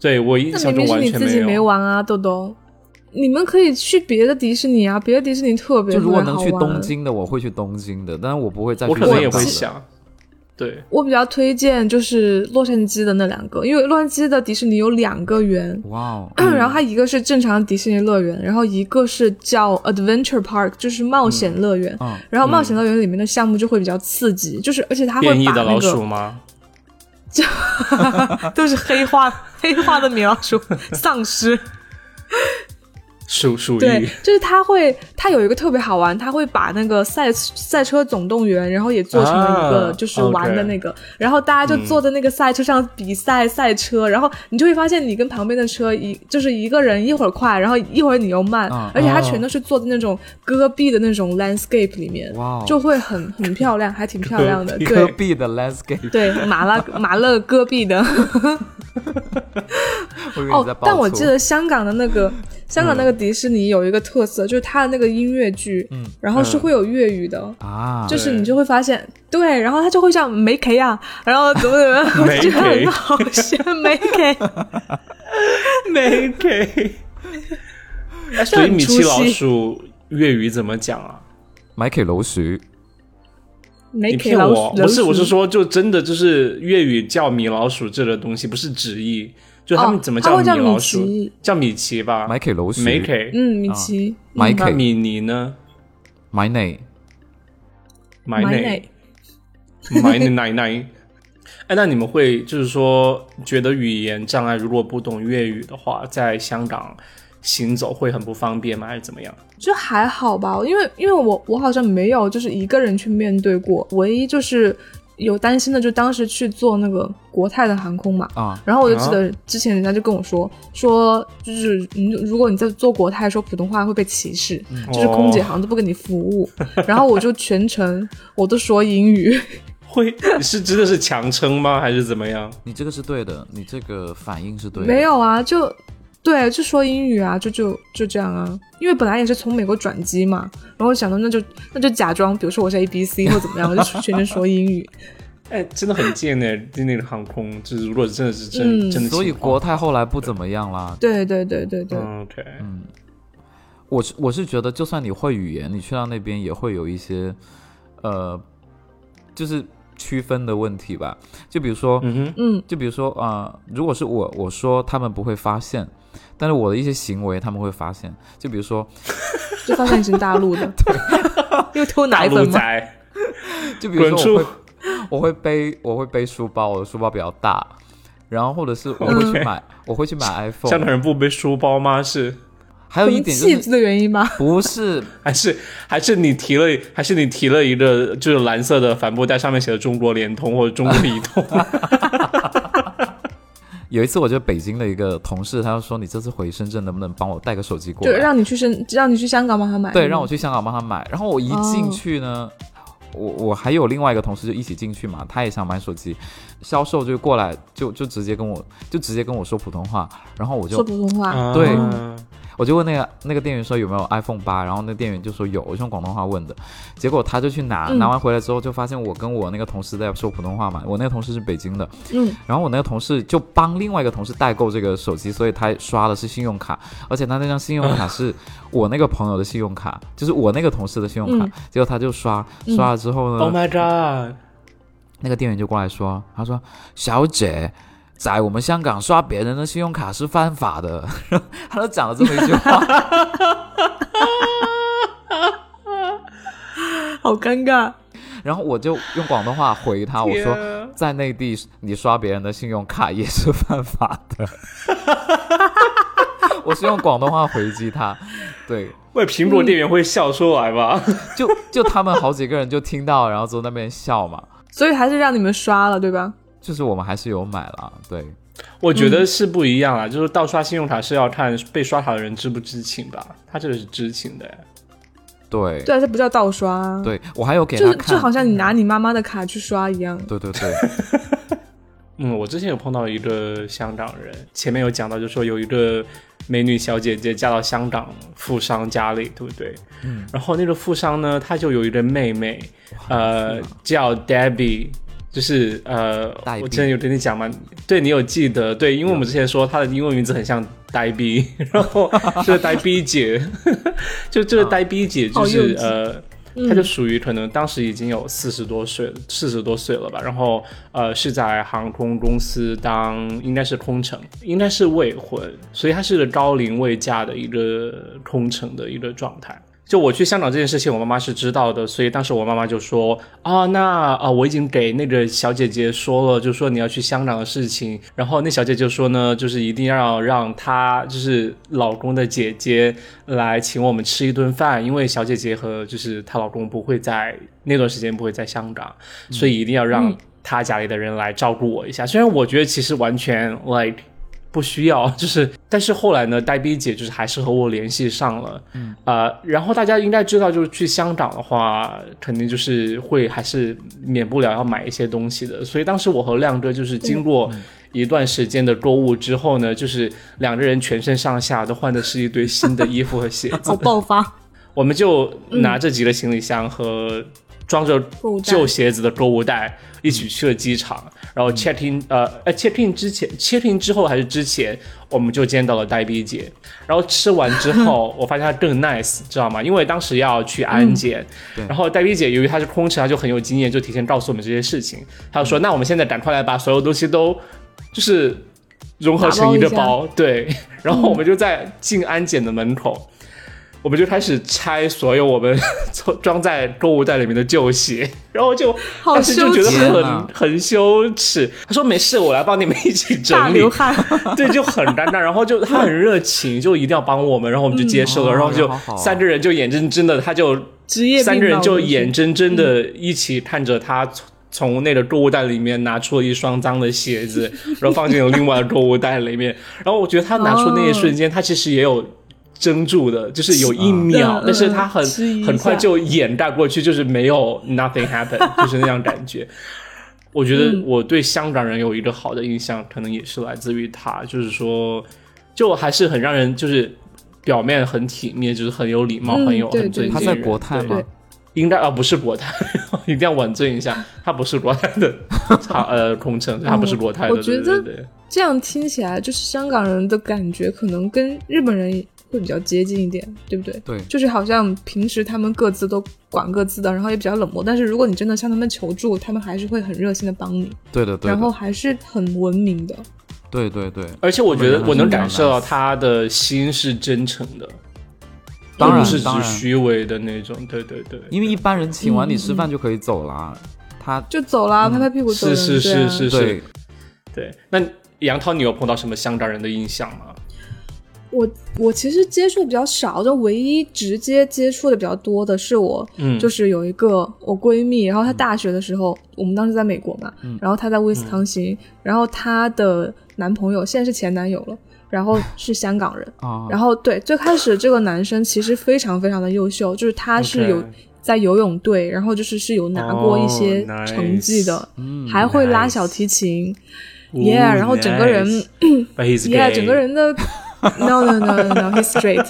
Speaker 2: 对我印
Speaker 3: 那
Speaker 2: 象中
Speaker 3: 明明是
Speaker 2: 完
Speaker 3: 你
Speaker 2: 全
Speaker 3: 自己
Speaker 2: 有。
Speaker 3: 没玩啊，豆豆。你们可以去别的迪士尼啊，别的迪士尼特别
Speaker 1: 就如果
Speaker 3: 特别
Speaker 1: 能
Speaker 3: 好
Speaker 1: 去
Speaker 3: 玩
Speaker 1: 东京的，我会去东京的，但是我不会再去
Speaker 2: 我
Speaker 1: 香
Speaker 2: 可
Speaker 1: 港的。
Speaker 2: 能也会想，对，
Speaker 3: 我比较推荐就是洛杉矶的那两个，因为洛杉矶的迪士尼有两个园，
Speaker 1: 哇哦，
Speaker 2: 嗯
Speaker 3: 然后它一个是正常迪士尼乐园，然后一个是叫 Adventure Park，就是冒险乐园。
Speaker 1: 嗯，
Speaker 3: 然后冒险乐园里面的项目就会比较刺激，就是而且它会
Speaker 2: 变异
Speaker 3: 把
Speaker 2: 的
Speaker 3: 那
Speaker 2: 老鼠
Speaker 3: 个
Speaker 2: 吗？
Speaker 3: 都是黑化 黑化的米老 鼠、丧尸，
Speaker 2: 鼠鼠
Speaker 3: 对
Speaker 2: 疫，，
Speaker 3: 就是它会它有一个特别好玩，它会把那个赛赛车总动员，然后也做成了一
Speaker 2: 啊
Speaker 3: 个就是玩的
Speaker 2: OK
Speaker 3: 那个，然后大家就坐在那个赛车上比赛赛车，然后你就会发现你跟旁边的车一就是一个人一会儿快，然后一会儿你又慢，
Speaker 1: 啊
Speaker 3: 而且它
Speaker 2: 哦
Speaker 3: 全都是坐在那种戈壁的那种 landscape 里面，
Speaker 1: 哇哦
Speaker 3: 就会很很漂亮，还挺漂亮的，
Speaker 2: 戈壁
Speaker 3: 对
Speaker 1: 戈。壁的 landscape，
Speaker 3: 对，马拉马勒戈壁的
Speaker 1: 我以为你在
Speaker 3: 哦，但
Speaker 1: 爆
Speaker 3: 我
Speaker 1: 粗
Speaker 3: 记得香港的那个
Speaker 2: 嗯
Speaker 3: 香港那个迪士尼有一个特色，就是它的那个音乐剧，
Speaker 1: 嗯
Speaker 3: 然后是
Speaker 2: 嗯
Speaker 3: 会有粤语的，
Speaker 1: 啊，
Speaker 3: 就是
Speaker 2: 对
Speaker 3: 你就会发现，对，然后他就会像没 K 啊，然后怎么怎么样， 我
Speaker 2: 没
Speaker 3: 就觉得
Speaker 2: K
Speaker 3: 很好笑，没 K，
Speaker 2: 没给。哎所以米奇老鼠粤语怎么讲啊？
Speaker 1: 买给楼徐，
Speaker 3: 没
Speaker 2: 你
Speaker 3: K
Speaker 2: 骗
Speaker 3: 老
Speaker 2: 我
Speaker 3: 鼠，，
Speaker 2: 不是，我是
Speaker 3: 哦，
Speaker 2: 说，就真的就是粤语叫米老鼠这个东西，不是直译，就他们怎么
Speaker 3: 哦他会
Speaker 2: 米
Speaker 3: 叫米
Speaker 2: 老鼠？啊
Speaker 3: 奇，
Speaker 2: 叫米奇吧，
Speaker 1: 买给楼徐，
Speaker 2: 没给。
Speaker 3: 嗯，米奇，
Speaker 1: 买
Speaker 2: 那
Speaker 1: 给
Speaker 2: 米妮呢？
Speaker 1: 买哪？
Speaker 2: 买
Speaker 3: 买
Speaker 2: 哪？
Speaker 3: 奶，
Speaker 2: 买 奶奶奶。哎，那你们会就是说，觉得语言障碍，如果不懂粤语的话，在香港行走会很不方便吗？还是怎么样？
Speaker 3: 就还好吧，因为因为我我好像没有就是一个人去面对过，唯一就是有担心的，就当时去坐那个国泰的航空嘛，
Speaker 1: 啊，
Speaker 3: 然后我就记得之前人家就跟我说说，就是你如果你在做国泰说普通话会被歧视，就是空姐好像都不给你服务。然后我就全程我都说英语，
Speaker 2: 会 是真的是强撑吗？还是怎么样？
Speaker 1: 你这个是对的，你这个反应是对的。
Speaker 3: 没有啊，就对，就说英语啊，就就就这样啊。因为本来也是从美国转机嘛，然后想到那就那就假装，比如说我是 A B C 或怎么样，我就全程说英 语。
Speaker 2: 哎，真的很贱呢、就那个航空，就是如果真的是真、
Speaker 3: 嗯
Speaker 2: 真的情况，
Speaker 1: 所以国泰后来不怎么样啦。
Speaker 3: 对对对对对，
Speaker 2: 嗯 OK，
Speaker 1: 我是我是觉得，就算你会语言，你去到那边也会有一些，呃，就是区分的问题吧。就比如说，
Speaker 2: 嗯哼，
Speaker 3: 嗯
Speaker 1: 就比如说啊、呃如果是我我说，他们不会发现，但是我的一些行为他们会发现。就比如说，
Speaker 3: 就发现你是大陆的，因为偷
Speaker 2: 大
Speaker 3: 奶
Speaker 2: 陆
Speaker 3: 粉嘛。
Speaker 2: 仔，
Speaker 1: 就比如说我
Speaker 2: 滚
Speaker 1: 会我会背我会背书包，我的书包比较大，然后或者是我
Speaker 2: 嗯
Speaker 1: 会去买、我会去买
Speaker 2: 香港
Speaker 1: iPhone，
Speaker 2: 人不背书包吗？是
Speaker 1: 还有一点
Speaker 3: 气
Speaker 1: 就
Speaker 3: 质
Speaker 1: 是
Speaker 3: 的原因吧，
Speaker 1: 不是
Speaker 2: 还是还是你提了，还是你提了一个就是蓝色的帆布袋，上面写的中国联通或者中国移动？
Speaker 1: 有一次，我觉得北京的一个同事，他就说：“你这次回深圳能不能帮我带个手机过
Speaker 3: 就
Speaker 1: 来？”
Speaker 3: 让你去深，让你去香港帮他买。
Speaker 1: 对，让我去香港帮他买。然后我一进
Speaker 3: 哦
Speaker 1: 去呢，我我还有另外一个同事就一起进去嘛，他也想买手机，销售就过来就就直接跟我就直接跟我说普通话，然后我
Speaker 3: 说
Speaker 1: 就
Speaker 3: 普通话。
Speaker 1: 对
Speaker 2: 啊
Speaker 1: 我就问那个那个店员说有没有 iPhone 八，然后那店员就说有，我是用广东话问的，结果他就去拿，
Speaker 3: 嗯
Speaker 1: 拿完回来之后就发现我跟我那个同事在说普通话嘛，我那个同事是北京的，
Speaker 3: 嗯，
Speaker 1: 然后我那个同事就帮另外一个同事代购这个手机，所以他刷的是信用卡，而且他那张信用 卡是我那个朋友的信用卡，就是我那个同事的信用卡。
Speaker 3: 嗯
Speaker 1: 结果他就刷
Speaker 3: 嗯
Speaker 1: 刷了之后呢，
Speaker 2: ，Oh my god，
Speaker 1: 那个店员就过来说，他说：“小姐，在我们香港刷别人的信用卡是犯法的。” 他都讲了这么一句 话，
Speaker 3: 好尴尬。
Speaker 1: 然后我就用广东话回他，我
Speaker 3: 啊
Speaker 1: 说。
Speaker 2: 天
Speaker 1: 在内地，你刷别人的信用卡也是犯法的。 我是用广东话回击他，对，
Speaker 2: 喂，苹果店员会笑出来吧？
Speaker 1: 就 就他们好几个人就听到，然后坐那边笑嘛。
Speaker 3: 所以还是让你们刷了，对吧？
Speaker 1: 就是我们还是有买了，对，
Speaker 2: 我觉得是不一样啦，啊就是盗刷信用卡是要看被刷卡的人知不知情吧，他这个是知情的。
Speaker 1: 对
Speaker 3: 对啊，这不叫盗刷啊。
Speaker 1: 对我还有给
Speaker 3: 就
Speaker 1: 他
Speaker 3: 是
Speaker 1: 看，嗯
Speaker 3: 就好像你拿你妈妈的卡去刷一样。
Speaker 1: 对对对，
Speaker 2: 嗯，我之前有碰到一个香港人，前面有讲到，就说有一个美女小姐姐嫁到香港富商家里，对不对？嗯。然后那个富商呢，他就有一个妹妹，呃，叫 Debbie。就是呃
Speaker 1: 黛，
Speaker 2: 我
Speaker 1: 碧
Speaker 2: 之前有跟你讲嘛， 对你有记得对，因为我们之前说她的英文名字很像呆逼， 然后就是呆逼姐， 就这个呆逼姐就
Speaker 3: 啊好幼
Speaker 2: 是、
Speaker 3: 稚嗯
Speaker 2: 呃，她就属于可能当时已经有四十多岁，四十多岁了吧，然后呃是在航空公司当应该是空乘，应该是未婚，所以她是个高龄未嫁的一个空乘的一个状态。就我去香港这件事情，我妈妈是知道的，所以当时我妈妈就说啊，那啊我已经给那个小姐姐说了，就说你要去香港的事情，然后那小姐就说呢，就是一定要让她就是老公的姐姐来请我们吃一顿饭，因为小姐姐和就是她老公不会在那段时间不会在香港，所以一定要让她家里的人来照顾我一下。虽然我觉得其实完全 like。不需要，就是，但是后来呢，呆逼姐就是还是和我联系上了，嗯，呃，然后大家应该知道，就是去香港的话，肯定就是会还是免不了要买一些东西的，所以当时我和亮哥就是经过一段时间的购物之后呢，就是两个人全身上下都换的是一堆新的衣服和鞋子，
Speaker 3: 好爆发！
Speaker 2: 我们就拿着几个行李箱和装着
Speaker 3: 嗯购物袋嗯
Speaker 2: 旧鞋子的购物袋一起去了机场，然后 check in，呃，呃 check in 之前，check in 之后还是之前，我们就见到了呆逼姐，然后吃完之 后，我发现她更 nice，知道吗？因为当时要去安检，
Speaker 3: 嗯
Speaker 1: 对
Speaker 2: 然后呆逼姐由于她是空乘，她就很有经验，就提前告诉我们这些事情，她就
Speaker 3: 嗯
Speaker 2: 说：“那我们现在赶快来把所有东西都就是融合成一个
Speaker 3: 打包
Speaker 2: 包，对。”然后我们就在进安检的门口。我们就开始拆所有我们 从装在购物袋里面的旧鞋， 然后就
Speaker 3: 好
Speaker 2: 当时就觉得
Speaker 1: 羞耻
Speaker 2: 很很羞耻。他说没事，我来帮你们一起
Speaker 3: 大
Speaker 2: 整理
Speaker 3: 流。汗，
Speaker 2: 对，就很尴尬。然 后就他很热情，就一定要帮我们，然后我们就接受了。
Speaker 1: 嗯
Speaker 2: 然后就
Speaker 1: 哦好好
Speaker 2: 三个人就眼睁睁的，他就
Speaker 3: 职业病吧。
Speaker 2: 三个人就
Speaker 3: 我觉得嗯
Speaker 2: 眼睁睁的一起看着他从从那个购物袋里面拿出了一双脏的鞋子，然后放进了另外的购物袋里面。然后我觉得他拿出那一瞬
Speaker 3: 哦
Speaker 2: 间，他其实也有。怔住的，就是有一秒
Speaker 3: 嗯，
Speaker 2: 但是他很
Speaker 3: 嗯迟疑一下
Speaker 2: 很快就掩盖过去，就是没有 nothing happen，就是 那样感觉。我觉得
Speaker 3: 嗯
Speaker 2: 我对香港人有一个好的印象，可能也是来自于他，就是说，就还是很让人就是表面很体面，就是很有礼貌，
Speaker 3: 嗯
Speaker 2: 很有
Speaker 3: 对
Speaker 2: 很尊
Speaker 3: 对
Speaker 1: 他
Speaker 2: 敬
Speaker 1: 在
Speaker 2: 人。
Speaker 1: 国泰
Speaker 2: 对
Speaker 1: 吗
Speaker 3: 对？
Speaker 2: 应该啊，不是国泰， 一定要婉正一下，他不是国泰的， 他呃空乘，他不是国泰的。
Speaker 3: 哦我觉得
Speaker 2: 对对对
Speaker 3: 这样听起来，就是香港人的感觉可能跟日本人会比较接近一点，对不对？
Speaker 1: 对
Speaker 3: 就是好像平时他们各自都管各自的，然后也比较冷漠。但是如果你真的向他们求助，他们还是会很热心的帮你，
Speaker 1: 对的对
Speaker 3: 然后
Speaker 1: 的，
Speaker 3: 还是很文明的。
Speaker 1: 对对对，
Speaker 2: 而且我觉得我
Speaker 1: 嗯
Speaker 2: 能感受到他的心是真诚的，
Speaker 1: 当
Speaker 2: 而
Speaker 1: 然
Speaker 2: 不是只
Speaker 1: 当然
Speaker 2: 虚伪的那种。对对对，
Speaker 1: 因为一般人请完你吃
Speaker 3: 嗯
Speaker 1: 饭就可以走了，他
Speaker 3: 就走啦，拍拍屁股走
Speaker 2: 是嗯是
Speaker 3: 人。对
Speaker 2: 是
Speaker 3: 啊
Speaker 2: 是
Speaker 1: 对
Speaker 2: 是，对。那杨涛，你有碰到什么香港人的印象吗？
Speaker 3: 我我其实接触的比较少，就唯一直接接触的比较多的是我，
Speaker 2: 嗯
Speaker 3: 就是有一个我闺蜜，然后她大学的时候，我们当时在美国嘛，
Speaker 2: 嗯
Speaker 3: 然后她在威斯康星，然后她的男朋友现在是前男友了，然后是香港人，
Speaker 1: 啊，
Speaker 3: 然后对，最开始这个男生其实非常非常的优秀，就是他是有
Speaker 2: OK
Speaker 3: 在游泳队，然后就是是有拿过一些
Speaker 2: 哦，nice
Speaker 3: 成绩的，
Speaker 1: 嗯
Speaker 3: 还会拉
Speaker 2: nice
Speaker 3: 小提琴。耶，然后整个人
Speaker 2: But he's
Speaker 3: Yeah，
Speaker 2: gay
Speaker 3: 整个人的 no no no no no he's straight，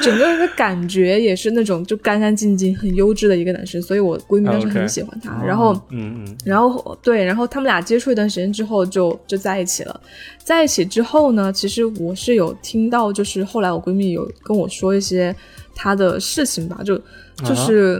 Speaker 3: 整个人的感觉也是那种就干干净净、很优质的一个男生，所以我闺蜜当时
Speaker 2: 啊 OK
Speaker 3: 很喜欢他。然后，
Speaker 2: 嗯嗯
Speaker 3: 然后对，然后他们俩接触一段时间之后就就在一起了。在一起之后呢，其实我是有听到，就是后来我闺蜜有跟我说一些她的事情吧，就就是、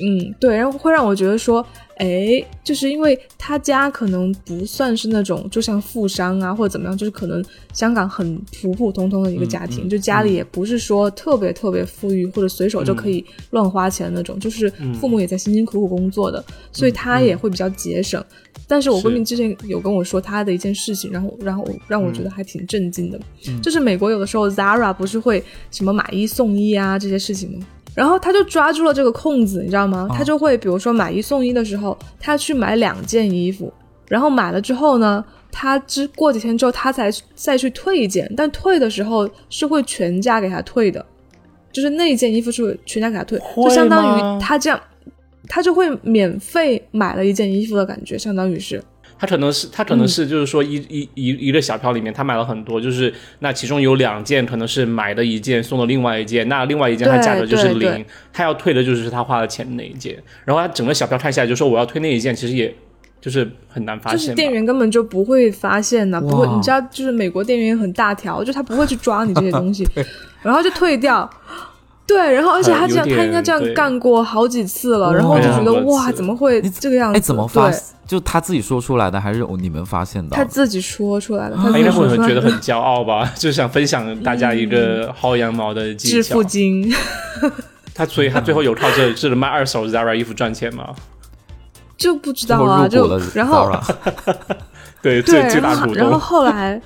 Speaker 3: 嗯，对，然后会让我觉得说，哎，就是因为她家可能不算是那种就像富商啊或者怎么样，就是可能香港很普普通通的一个家庭，就家里也不是说特别特别富裕或者随手就可以乱花钱那种，就是父母也在辛辛苦苦工作的，所以她也会比较节省。但是我闺蜜
Speaker 2: 是
Speaker 3: 之前有跟我说她的一件事情，然后然后我让我觉得还挺震惊的，就是美国有的时候 Zara 不是会什么买一送一啊这些事情吗？然后她就抓住了这个空子，你知道吗？她就会比如说买一送一的时候，她去买两件衣服，然后买了之后呢，她之过几天之后她才再去退一件，但退的时候是会全价给她退的。就是那一件衣服是全家给他退，
Speaker 2: 会
Speaker 3: 就相当
Speaker 2: 吗
Speaker 3: 于他这样，他就会免费买了一件衣服的感觉，相当于是。
Speaker 2: 他可能是他可能
Speaker 3: 嗯
Speaker 2: 是就是说一、一一一个小票里面他买了很多，就是那其中有两件可能是买的一件送的另外一件，那另外一件他
Speaker 3: 对
Speaker 2: 价格就是
Speaker 3: 对对
Speaker 2: 零，他要退的就是他花了钱的那一件，然后他整个小票看下来就说我要退那一件，其实也就是很难发
Speaker 3: 就是
Speaker 2: 现吧。
Speaker 3: 店员根本就不会发现的，不会，
Speaker 1: 哇
Speaker 3: 你知道，就是美国店员也很大条，就他不会去抓你这些东西，然后就退掉。对，然后而且他这样，
Speaker 2: 有点
Speaker 3: 他应该这样
Speaker 2: 对
Speaker 3: 干过好几次了，然后我就觉得
Speaker 2: 对啊很多
Speaker 3: 哇，
Speaker 2: 次
Speaker 3: 怎么会
Speaker 1: 你
Speaker 3: 这个样子？
Speaker 1: 哎，怎么发
Speaker 3: 对？
Speaker 1: 就他自己说出来的，还是你们发现的？
Speaker 3: 他自己说出来了，他
Speaker 2: 他
Speaker 3: 自
Speaker 2: 应
Speaker 3: 己
Speaker 2: 该
Speaker 3: 说
Speaker 2: 会
Speaker 3: 出来
Speaker 2: 觉得
Speaker 3: 的
Speaker 2: 很骄傲 吧，就是想分享大家一个薅羊毛的技
Speaker 3: 致
Speaker 2: 巧
Speaker 3: 富。经。
Speaker 2: 他所以他最后有靠这这卖二手 Zara 衣服赚钱吗？
Speaker 3: 就不知
Speaker 1: 最
Speaker 3: 道
Speaker 1: 后
Speaker 3: 啊，
Speaker 1: 入
Speaker 3: 就
Speaker 1: 股了
Speaker 3: 然后
Speaker 1: Zara
Speaker 2: 对，
Speaker 3: 对，
Speaker 2: 最最
Speaker 3: 然
Speaker 2: 大
Speaker 3: 后
Speaker 2: 股
Speaker 3: 然后
Speaker 2: 东。
Speaker 3: 后来，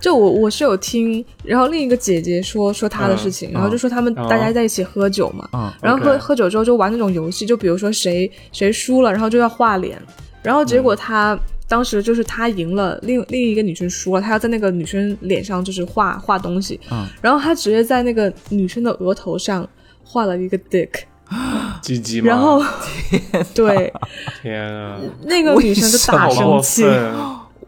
Speaker 3: 就我我是有听，然后另一个姐姐说说她的事情，
Speaker 2: 嗯
Speaker 3: 然后就说他们
Speaker 2: 嗯
Speaker 3: 大家在一起喝酒嘛，
Speaker 1: 嗯
Speaker 3: 然后喝
Speaker 2: OK
Speaker 3: 喝酒之后就玩那种游戏，就比如说谁谁输了，然后就要画脸，然后结果
Speaker 2: 嗯
Speaker 3: 她当时就是她赢了，另另一个女生输了，她要在那个女生脸上就是画画东西，
Speaker 1: 嗯
Speaker 3: 然后她直接在那个女生的额头上画了一个 dick，
Speaker 2: 鸡鸡吗？
Speaker 3: 然后对
Speaker 2: 天啊，
Speaker 3: 那个女生就大
Speaker 2: 好
Speaker 3: 生
Speaker 2: 过
Speaker 3: 气。
Speaker 2: 分！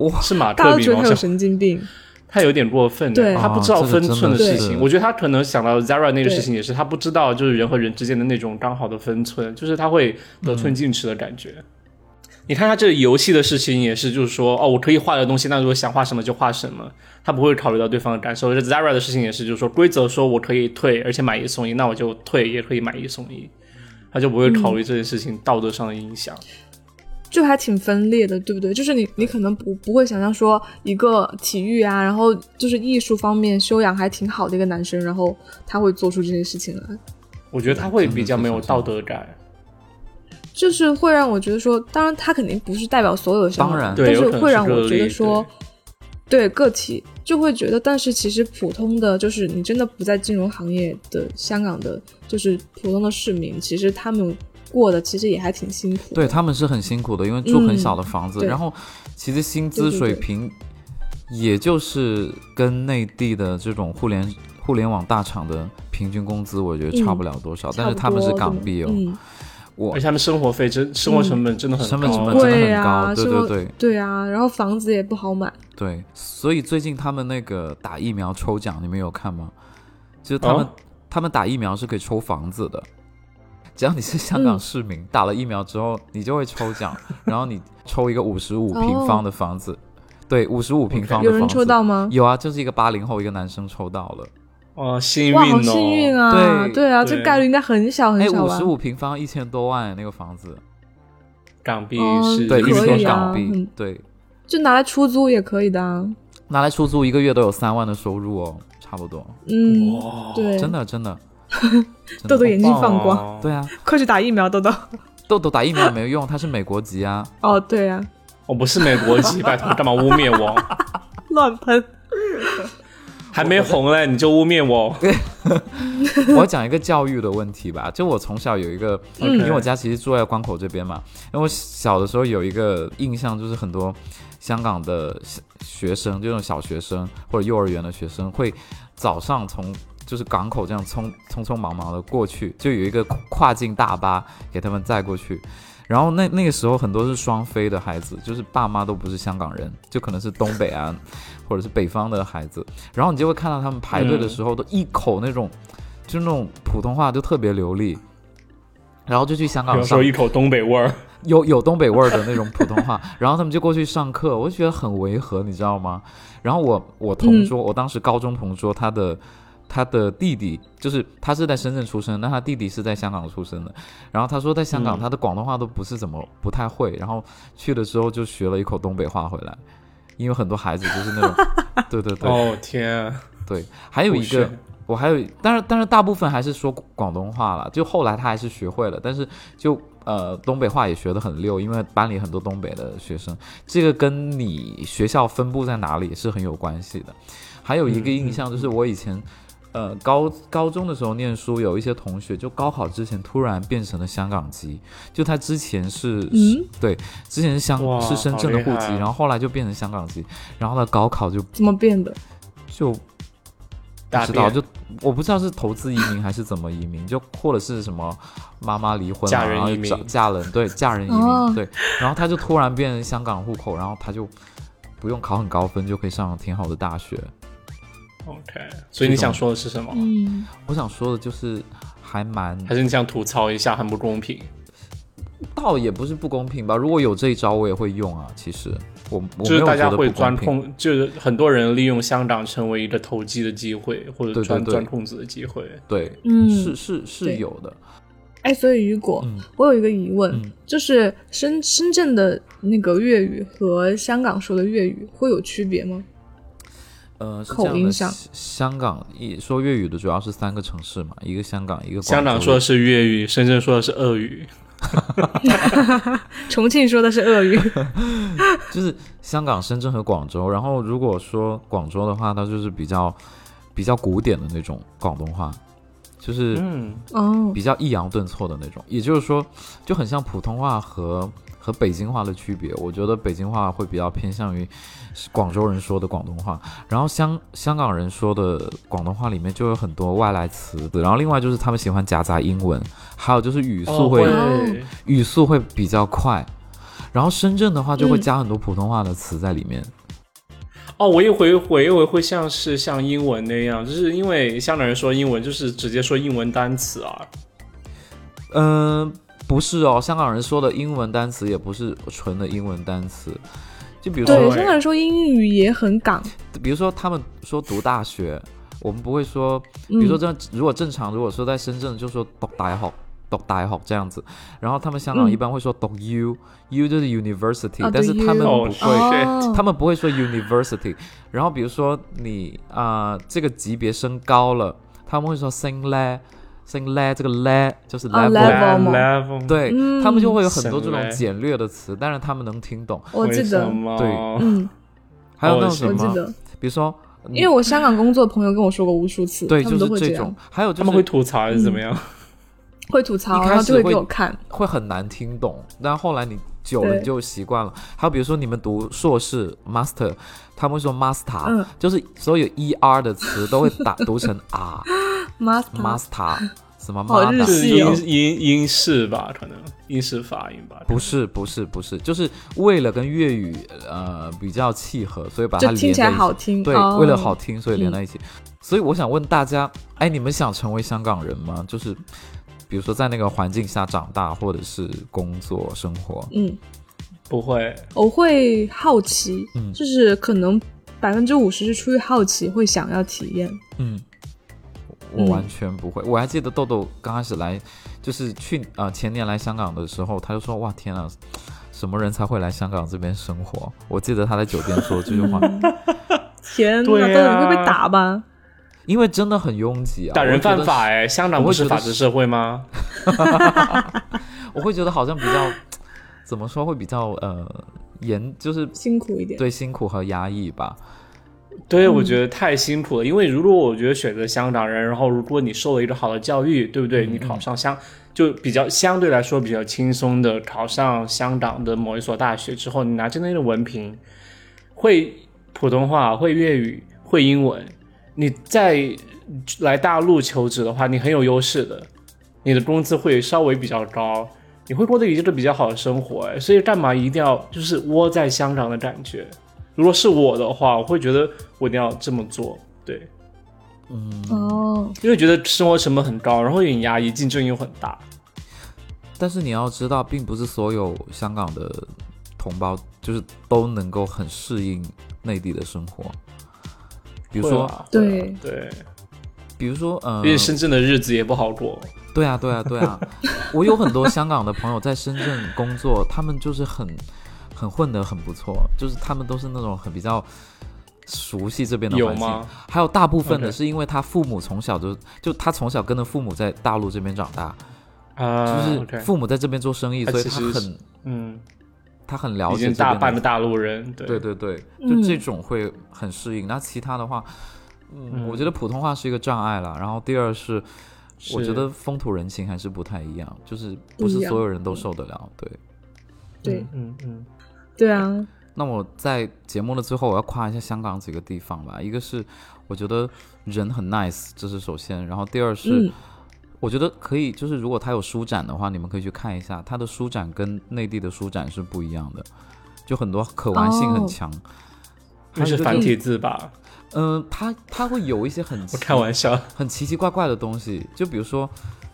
Speaker 1: 哇
Speaker 2: 是马
Speaker 3: 大家
Speaker 2: 克
Speaker 3: 都
Speaker 2: 笔
Speaker 3: 觉得
Speaker 2: 吗
Speaker 3: 他？有
Speaker 2: 是
Speaker 3: 神经病，
Speaker 2: 他有点过分，
Speaker 3: 对
Speaker 2: 他不知道分寸的事
Speaker 1: 哦这个真的
Speaker 2: 情。
Speaker 1: 是
Speaker 2: 我觉得他可能想到 Zara 那个
Speaker 3: 对
Speaker 2: 事情也是，他不知道就是人和人之间的那种刚好的分寸，就是他会得寸进尺的感觉。你看他这个游戏的事情也是，就是说哦，我可以画的东西，那如果想画什么就画什么，他不会考虑到对方的感受。这 Zara 的事情也是，就是说规则说我可以退，而且买一送一，那我就退，也可以买一送一，他就不会考虑这件事情道德上的影响。
Speaker 3: 就还挺分裂的，对不对？就是你，你可能不不会想象说一个体育啊，然后就是艺术方面修养还挺好的一个男生，然后他会做出这些事情来，
Speaker 2: 我觉得他会比较没有道德
Speaker 1: 嗯
Speaker 2: 感。
Speaker 3: 就是会让我觉得说，当然他肯定不是代表所有的想法
Speaker 1: 当然
Speaker 2: 对
Speaker 3: 但
Speaker 2: 有可能
Speaker 3: 会
Speaker 2: 是
Speaker 3: 让
Speaker 2: 个
Speaker 3: 我觉
Speaker 2: 例
Speaker 3: 得说，对个体就会觉得，但是其实普通的就是你真的不在金融行业的香港的，就是普通的市民，其实他们过得其实也还挺辛苦的，
Speaker 1: 对他们是很辛苦的，因为住很
Speaker 3: 嗯
Speaker 1: 小的房子，
Speaker 3: 对
Speaker 1: 然后其实薪资
Speaker 3: 对对
Speaker 1: 水
Speaker 3: 对
Speaker 1: 平也就是跟内地的这种互联互联网大厂的平均工资，我觉得差不了多少。但是
Speaker 3: 差不
Speaker 1: 他们是
Speaker 3: 多
Speaker 1: 港
Speaker 3: 对
Speaker 1: 币哦，
Speaker 3: 嗯。
Speaker 1: 我
Speaker 2: 而且他们生活费真生活成本真的很高，
Speaker 1: 成本成本真的
Speaker 3: 哦对
Speaker 1: 很高，
Speaker 3: 呀，
Speaker 1: 对
Speaker 3: 生活
Speaker 1: 对对
Speaker 3: 啊，然后房子也不好买，
Speaker 1: 对。所以最近他们那个打疫苗抽奖，你们有看吗？就是他们、
Speaker 2: 哦
Speaker 1: 他们打疫苗是可以抽房子的，只要你是香港
Speaker 3: 嗯
Speaker 1: 市民，打了疫苗之后你就会抽 奖，然后你抽一个五十五平方的房子，对，五十五平方的
Speaker 3: 哦有
Speaker 1: 房子。
Speaker 3: 人抽到吗？
Speaker 1: 有啊，就是一个八零后一个男生抽到了，
Speaker 2: 哇，幸运哦！
Speaker 3: 哇，好幸运啊！
Speaker 1: 对
Speaker 3: 啊，
Speaker 2: 对
Speaker 3: 这概率应该很小很
Speaker 1: 哎，
Speaker 3: 小
Speaker 1: 五
Speaker 3: 吧
Speaker 1: 十？五平方一千多万那个房子，
Speaker 2: 港币
Speaker 3: 嗯
Speaker 2: 是
Speaker 1: 对，一
Speaker 2: 一
Speaker 3: 可以
Speaker 1: 千
Speaker 2: 千
Speaker 1: 多
Speaker 2: 多
Speaker 3: 啊
Speaker 1: 港币
Speaker 3: 很，
Speaker 1: 对，
Speaker 3: 就拿来出租也可以的啊。
Speaker 1: 拿来出租一个月都有三万的收入哦，差不多，
Speaker 3: 嗯，
Speaker 2: 哇，
Speaker 3: 对，
Speaker 1: 真的 真的。真
Speaker 3: 豆豆
Speaker 1: 的
Speaker 3: 眼睛放光，
Speaker 2: 哦
Speaker 1: 对啊，
Speaker 3: 快去打疫苗，豆豆。
Speaker 1: 豆豆打疫苗没有用，他是美国籍啊。
Speaker 3: 哦，对啊，
Speaker 2: 我不是美国籍，拜托，干嘛污 蔑我？
Speaker 3: 乱喷。
Speaker 2: 还没红嘞，你就污蔑我？
Speaker 1: 我讲一个教育的问题吧，就我从小有一个，
Speaker 2: 嗯
Speaker 1: 因为我家其实住在关口这边嘛，然后我小的时候有一个印象，就是很多香港的小学生，就那种小学生或者幼儿园的学生，会早上从就是港口这样匆匆匆忙忙的过去，就有一个跨境大巴给他们载过去。然后那那个时候很多是双非的孩子，就是爸妈都不是香港人，就可能是东北啊，或者是北方的孩子。然后你就会看到他们排队的时候都一口那种，就那种普通话就特别流利，然后就去香
Speaker 2: 比
Speaker 1: 港
Speaker 2: 如
Speaker 1: 上
Speaker 2: 说一口东北味儿，
Speaker 1: 有有东北味儿的那种普通话， 然后他们就过去上课，我就觉得很违和，你知道吗？然后我我同桌，我当时高中同桌，他的他的弟弟就是他是在深圳出生，那他弟弟是在香港出生的，然后他说在香港
Speaker 2: 嗯
Speaker 1: 他的广东话都不是怎么不太会，然后去了之后就学了一口东北话回来，因为很多孩子就是那 种，对对对
Speaker 2: 哦天，
Speaker 1: 对，还有一
Speaker 2: 不
Speaker 1: 个
Speaker 2: 是。
Speaker 1: 我还有，但是但是大部分还是说广东话了，就后来他还是学会了，但是就呃东北话也学得很溜，因为班里很多东北的学生，这个跟你学校分布在哪里是很有关系的。还有一个印象就是我以前。呃，高高中的时候念书，有一些同学就高考之前突然变成了香港籍，就他之前是，
Speaker 3: 嗯
Speaker 1: 对，之前是香
Speaker 2: 哇
Speaker 1: 是深圳的
Speaker 2: 好厉
Speaker 1: 户
Speaker 2: 害
Speaker 1: 籍，
Speaker 2: 啊
Speaker 1: 然后后来就变成香港籍，然后他高考就
Speaker 3: 怎么变的？
Speaker 1: 就不
Speaker 2: 大
Speaker 1: 知道
Speaker 2: 便
Speaker 1: 就我不知道是投资移民还是怎么移民， 就或者是什么妈妈离婚了啊
Speaker 2: 嫁人
Speaker 1: 然后
Speaker 2: 移民
Speaker 1: 找嫁人对嫁人移民、
Speaker 3: 哦
Speaker 1: 对，然后他就突然变成香港户口，然后他就不用考很高分就可以上挺好的大学。
Speaker 2: OK，所以你想说的是什么？
Speaker 3: 嗯，
Speaker 1: 我想说的就是还蛮
Speaker 2: 还是你想吐槽一下很不公平？
Speaker 1: 倒也不是不公平吧，如果有这一招我也会用啊，其实我我没
Speaker 2: 就是
Speaker 1: 有
Speaker 2: 大
Speaker 1: 觉
Speaker 2: 家
Speaker 1: 得不
Speaker 2: 会钻
Speaker 1: 公平。
Speaker 2: 空，就是很多人利用香港成为一个投机的机会，或
Speaker 1: 对
Speaker 2: 者
Speaker 1: 对
Speaker 2: 钻
Speaker 1: 对
Speaker 2: 钻空子的机会。
Speaker 1: 对，
Speaker 3: 嗯
Speaker 1: 是是是
Speaker 3: 对
Speaker 1: 有的，
Speaker 3: 哎，所以雨果，
Speaker 1: 嗯
Speaker 3: 我有一个疑问，
Speaker 1: 嗯
Speaker 3: 就是深深圳的那个粤语和香港说的粤语会有区别吗？
Speaker 1: 呃，是
Speaker 3: 口
Speaker 1: 这样
Speaker 3: 音
Speaker 1: 的，
Speaker 3: 上
Speaker 1: 香香港一说粤语的主要是三个城市嘛，一个香港，一个
Speaker 2: 香港
Speaker 1: 广州
Speaker 2: 说的是粤语，深圳说的是俄语。
Speaker 3: 重庆说的是粤语，
Speaker 1: 就是香港、深圳和广州。然后如果说广州的话，它就是比较比较古典的那种广东话，就是
Speaker 2: 嗯，
Speaker 3: 哦，
Speaker 1: 比较抑扬顿挫的那种。也就是说，就很像普通话和和北京话的区别。我觉得北京话会比较偏向于广州人说的广东话，然后香香港人说的广东话里面就有很多外来词。然后另外就是他们喜欢夹杂英文，还有就是语速会、
Speaker 2: 哦
Speaker 1: 语速会比较快。然后深圳的话就会
Speaker 3: 嗯
Speaker 1: 加很多普通话的词在里面，
Speaker 2: 哦，我一回我以为会像是像英文那样，就是因为香港人说英文就是直接说英文单词啊。
Speaker 1: 嗯，不是哦，香港人说的英文单词也不是纯的英文单词，就比如
Speaker 3: 对，
Speaker 2: 哦
Speaker 1: 说，
Speaker 2: 哎
Speaker 3: 香港人说英语也很港，
Speaker 1: 比如说他们说读大学，我们不会说，比
Speaker 3: 嗯
Speaker 1: 如说这样，如果正常，如果说在深圳就说读大学。读大学这样子，然后他们香港
Speaker 3: 嗯
Speaker 1: 一般会说读 U，U、就是 university，、
Speaker 3: 哦
Speaker 1: 但是
Speaker 3: 读
Speaker 1: 他们不
Speaker 3: U
Speaker 2: 哦
Speaker 1: 会，
Speaker 2: 对
Speaker 3: 哦，
Speaker 1: 他们不会说 university。然后比如说你啊、这个级别升高了，他们会说升嘞，升嘞，这个嘞就是
Speaker 3: 哦
Speaker 1: level，、
Speaker 3: level 嗯吗
Speaker 2: level
Speaker 1: 对、他们就会有很多这
Speaker 2: 省
Speaker 1: 种
Speaker 2: 略
Speaker 1: 简略的词，但是他们能听懂。
Speaker 3: 我记得，
Speaker 2: 对
Speaker 3: 嗯，
Speaker 1: 还有那种
Speaker 2: 哦
Speaker 1: 什
Speaker 3: 我
Speaker 1: 么，嗯
Speaker 3: 记得，
Speaker 1: 比如说，
Speaker 3: 因为我香港工作的朋友跟我说过无数次，
Speaker 1: 对，
Speaker 3: 他
Speaker 1: 就
Speaker 3: 们都会
Speaker 1: 是
Speaker 3: 这
Speaker 1: 这
Speaker 3: 样
Speaker 1: 种，，还有就
Speaker 2: 他
Speaker 1: 是
Speaker 2: 们会吐槽还是怎么样？
Speaker 3: 会吐槽，
Speaker 1: 一开
Speaker 3: 然后
Speaker 1: 始
Speaker 3: 就会
Speaker 1: 会
Speaker 3: 给我看，
Speaker 1: 会很难听懂，但后来你久了
Speaker 3: 对
Speaker 1: 你就习惯了。还有比如说你们读硕士 master，他们会说 master，、
Speaker 3: 嗯
Speaker 1: 就是所有 er 的词都会打读成啊
Speaker 3: master
Speaker 1: master，什么
Speaker 3: 嗯好日
Speaker 1: mother
Speaker 3: 系
Speaker 2: 是
Speaker 3: 哦
Speaker 2: 英英英式吧，可能英式发音吧。
Speaker 1: 不是不是不是，就是为了跟粤语呃比较契合，所以把它
Speaker 3: 就
Speaker 1: 连
Speaker 3: 听起
Speaker 1: 在
Speaker 3: 来
Speaker 1: 一起
Speaker 3: 好听，
Speaker 1: 对，
Speaker 3: 哦
Speaker 1: 为了好，听，所以连
Speaker 3: 嗯
Speaker 1: 在一起。所以我想问大家，哎，你们想成为香港人吗？就是比如说在那个环境下长大，或者是工作生活，
Speaker 3: 嗯，
Speaker 2: 不会，
Speaker 3: 我会好奇，
Speaker 1: 嗯
Speaker 3: 就是可能百分之五十是出于好奇，会想要体验，
Speaker 1: 嗯，我
Speaker 3: 嗯
Speaker 1: 完全不会。我还记得豆豆刚开始来，就是去啊、呃前年来香港的时候，他就说哇天啊，什么人才会来香港这边生活？我记得他在酒店说这句话，
Speaker 3: 天呐，
Speaker 2: 对
Speaker 3: 豆豆
Speaker 2: 啊
Speaker 3: 你会被打吧？
Speaker 1: 因为真的很拥挤啊，
Speaker 2: 打人犯法
Speaker 1: 哎。
Speaker 2: 哎！香港不是法治社会吗？
Speaker 1: 我会觉得好像比较怎么说会比较呃严，就是
Speaker 3: 辛苦一点，
Speaker 1: 对辛苦和压抑吧。
Speaker 2: 对，我觉得太辛苦了。因为如果我觉得选择香港人，然后如果你受了一个好的教育，对不对？你考上香就比较相对来说比较轻松的考上香港的某一所大学之后，你拿着那个文凭，会普通话，会粤语，会英文，你再来大陆求职的话，你很有优势的，你的工资会稍微比较高。你会过得一个比较好的生活，哎所以干嘛一定要就是窝在香港的感觉？如果是我的话，我会觉得我一定要这么做，对，
Speaker 3: 哦，
Speaker 2: 因为觉得生活成本很高，然后也很压抑，竞争又很大。
Speaker 1: 但是你要知道，并不是所有香港的同胞就是都能够很适应内地的生活。比如
Speaker 2: 会
Speaker 1: 说，
Speaker 2: 啊
Speaker 3: 对
Speaker 2: 会啊对，
Speaker 1: 比如说，嗯、
Speaker 2: 因为深圳的日子也不好过。
Speaker 1: 对啊，对啊，对 啊。我有很多香港的朋友在深圳工作，他们就是很很混得很不错，就是他们都是那种很比较熟悉这边的
Speaker 2: 有
Speaker 1: 环境
Speaker 2: 吗。
Speaker 1: 还有大部分的
Speaker 2: OK
Speaker 1: 是因为他父母从小就就他从小跟着父母在大陆这边长大，
Speaker 2: 啊，
Speaker 1: 就
Speaker 2: OK
Speaker 1: 是父母在这边做生意，
Speaker 2: 他
Speaker 1: 所以
Speaker 2: 其
Speaker 1: 他
Speaker 2: 实是
Speaker 1: 很
Speaker 2: 嗯，
Speaker 1: 他很了
Speaker 2: 已
Speaker 1: 解
Speaker 2: 经
Speaker 1: 这
Speaker 2: 大
Speaker 1: 边
Speaker 2: 半
Speaker 1: 的
Speaker 2: 个大陆人，对
Speaker 1: 对对对，
Speaker 3: 嗯
Speaker 1: 就这种会很适应。那其他的话，嗯，
Speaker 2: 嗯
Speaker 1: 我觉得普通话是一个障碍啦。然后第二是，我
Speaker 2: 是
Speaker 1: 觉得风土人情还是不太一样，就是不
Speaker 3: 不一
Speaker 1: 是
Speaker 3: 样嗯
Speaker 1: 所有人都受得了。对，
Speaker 3: 对
Speaker 2: 嗯嗯，
Speaker 3: 对啊，
Speaker 1: 那我在节目的最后，我要夸一下香港几个地方吧。一个是我觉得人很 nice，这是首先。然后第二是，
Speaker 3: 嗯
Speaker 1: 我觉得可以，就是如果它有书展的话，你们可以去看一下，它的书展跟内地的书展是不一样的，就很多可玩性很
Speaker 3: 哦
Speaker 1: 强。
Speaker 2: 那
Speaker 1: 还有
Speaker 2: 是
Speaker 1: 一个
Speaker 2: 繁
Speaker 1: 就
Speaker 2: 体字吧？
Speaker 1: 嗯，它它会有一些很
Speaker 2: 我开玩笑，
Speaker 1: 很奇奇怪怪的东西，就比如说，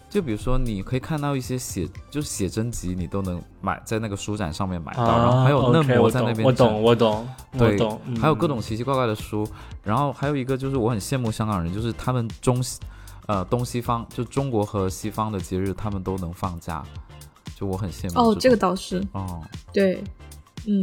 Speaker 1: 就比如说，你可以看到一些写就是写真集，你都能买在那个书展上面买到，然后还有嫩模在那边
Speaker 2: 啊我
Speaker 1: 展
Speaker 2: 懂，我懂，我
Speaker 1: 对
Speaker 2: 懂，嗯
Speaker 1: 还有各种奇奇怪怪的书，然后还有一个就是我很羡慕香港人，就是他们中西，呃东西方就中国和西方的节日他们都能放假，就我很羡慕
Speaker 3: 哦，
Speaker 1: 种
Speaker 3: 这个倒是
Speaker 1: 哦，
Speaker 3: 对，嗯，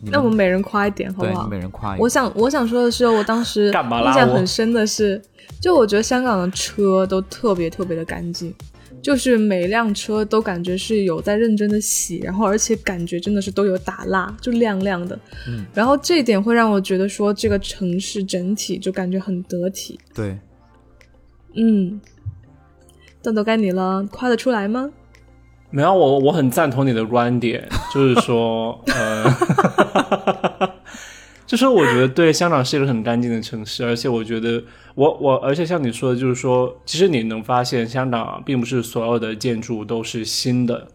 Speaker 1: 你
Speaker 3: 那我们每人夸一点好
Speaker 1: 对
Speaker 3: 不
Speaker 1: 你
Speaker 3: 好
Speaker 1: 每？人夸一
Speaker 3: 我
Speaker 1: 个，
Speaker 3: 想我想说的是，我当时
Speaker 2: 哎 干嘛啦
Speaker 3: 印象
Speaker 2: 我
Speaker 3: 很深的是，就我觉得香港的车都特别特别的干净，就是每辆车都感觉是有在认真的洗，然后而且感觉真的是都有打蜡，就亮亮的。
Speaker 1: 嗯，
Speaker 3: 然后这一点会让我觉得说这个城市整体就感觉很得体。
Speaker 1: 对，
Speaker 3: 嗯，豆豆该你了，夸得出来吗？
Speaker 2: 没有，我我很赞同你的观点，就是说，呃， 就是我觉得对香港是一个很干净的城市，而且我觉得我我，而且像你说的，就是说，其实你能发现香港并不是所有的建筑都是新的，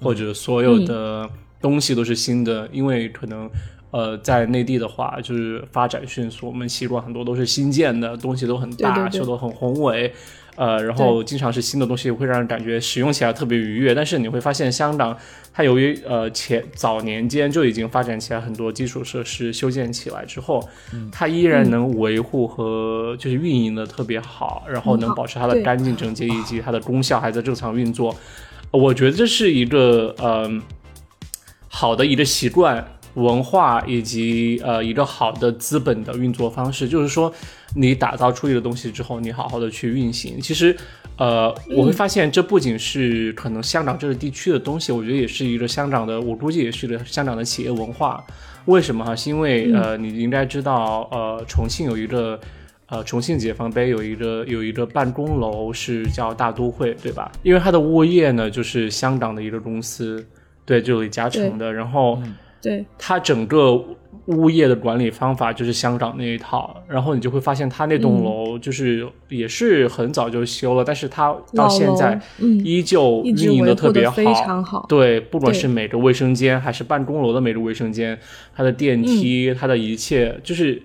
Speaker 2: 或者所有的东西都是新的，因为可能。呃，在内地的话，就是发展迅速，我们习惯很多都是新建的东西都很大，
Speaker 3: 对对对
Speaker 2: 修得很宏伟，呃，然后经常是新的东西会让人感觉使用起来特别愉悦，但是你会发现香港它由于呃前早年间就已经发展起来很多基础设施修建起来之后，它依
Speaker 3: 嗯
Speaker 2: 然能维护和就是运营的特别好，然后
Speaker 3: 嗯
Speaker 2: 能
Speaker 3: 好
Speaker 2: 保持它的
Speaker 3: 对
Speaker 2: 干净整洁以及它的功效还在正常运作，我觉得这是一个嗯、好的一个习惯、文化以及呃一个好的资本的运作方式，就是说你打造出一个东西之后，你好好的去运行。其实，呃，我会发现这不仅是可能香港这个地区的东西，我觉得也是一个香港的，我估计也是一个香港的企业文化。为什么哈？是因为呃，你应该知道，呃，重庆有一个。呃，重庆解放碑有一个有一个办公楼是叫大都会，对吧？因为它的物业呢，就是香港的一个公司，对，就李嘉诚的。然后
Speaker 3: 嗯对，
Speaker 2: 它整个物业的管理方法就是香港那一套，然后你就会发现它那栋
Speaker 3: 嗯
Speaker 2: 楼就是也是很早就修了，但是它到
Speaker 3: 老
Speaker 2: 现
Speaker 3: 楼
Speaker 2: 在
Speaker 3: 嗯
Speaker 2: 依旧
Speaker 3: 一直
Speaker 2: 哦运营
Speaker 3: 维
Speaker 2: 得特
Speaker 3: 护
Speaker 2: 别
Speaker 3: 的
Speaker 2: 好，
Speaker 3: 非常好。
Speaker 2: 对，不管
Speaker 3: 对
Speaker 2: 是每个卫生间，还是办公楼的每个卫生间，它的
Speaker 3: 嗯
Speaker 2: 电梯，它的一切，就是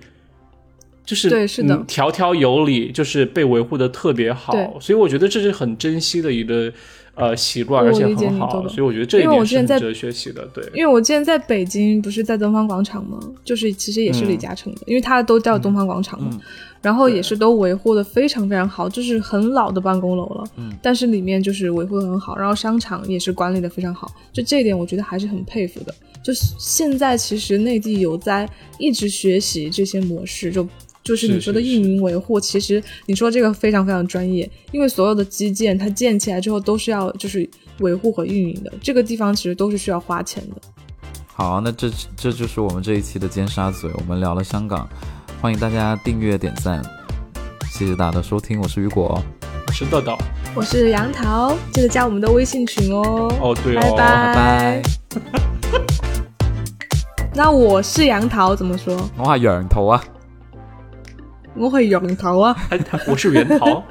Speaker 2: 就是
Speaker 3: 对是的
Speaker 2: 嗯条条有理，就是被维护的特别好
Speaker 3: 对。
Speaker 2: 所以我觉得这是很珍惜的一个呃习惯，
Speaker 3: 我
Speaker 2: 而且
Speaker 3: 理解
Speaker 2: 很
Speaker 3: 你
Speaker 2: 好。
Speaker 3: 豆豆
Speaker 2: 所以我觉得这一
Speaker 3: 因为我
Speaker 2: 点
Speaker 3: 之
Speaker 2: 是
Speaker 3: 前
Speaker 2: 很
Speaker 3: 在
Speaker 2: 值得学习的。对，
Speaker 3: 因为我之前在北京不是在东方广场吗？就是其实也是李嘉诚的，因为它都叫东方广场嘛，
Speaker 1: 嗯
Speaker 3: 然后也是都维护的非常非常好，就是很老的办公楼了，
Speaker 1: 嗯
Speaker 3: 但是里面就是维护的很好，然后商场也是管理的非常好，就这一点我觉得还是很佩服的。就是现在其实内地有在一直学习这些模式，就。就是你
Speaker 2: 是
Speaker 3: 说的
Speaker 2: 是
Speaker 3: 运营维护，其实你说这个非常非常专业，因为所有的基建它建起来之后都是要就是维护和运营的，这个地方其实都是需要花钱的。
Speaker 1: 好，那这这就是我们这一期的尖沙咀，我们聊了香港，欢迎大家订阅点赞，谢谢大家的收听，我是雨果，
Speaker 2: 我是豆豆。
Speaker 3: 我是杨桃，记得加我们的微信群哦。
Speaker 2: 哦，对哦，
Speaker 3: 拜
Speaker 1: 拜拜。
Speaker 3: 那我是杨桃，怎么说？
Speaker 1: 我係羊桃啊，
Speaker 3: 我会杨桃啊。
Speaker 2: 哎他 我是袁桃，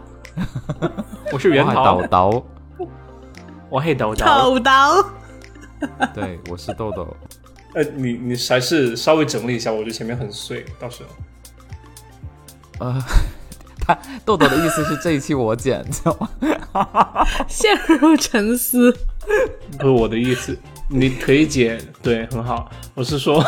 Speaker 2: 我是
Speaker 1: 我
Speaker 2: 袁
Speaker 1: 係
Speaker 2: 桃
Speaker 1: 豆，豆，
Speaker 2: 我黑豆 豆。
Speaker 3: 豆，
Speaker 1: 对，我是豆豆。
Speaker 2: 呃，你你还是稍微整理一下，我觉得前面很碎，到时候。
Speaker 1: 呃， 他豆豆的意思是这一期我剪，知道吗？
Speaker 3: 陷入沉思。
Speaker 2: 不是我的意思，你可以解，对，很好。我是说，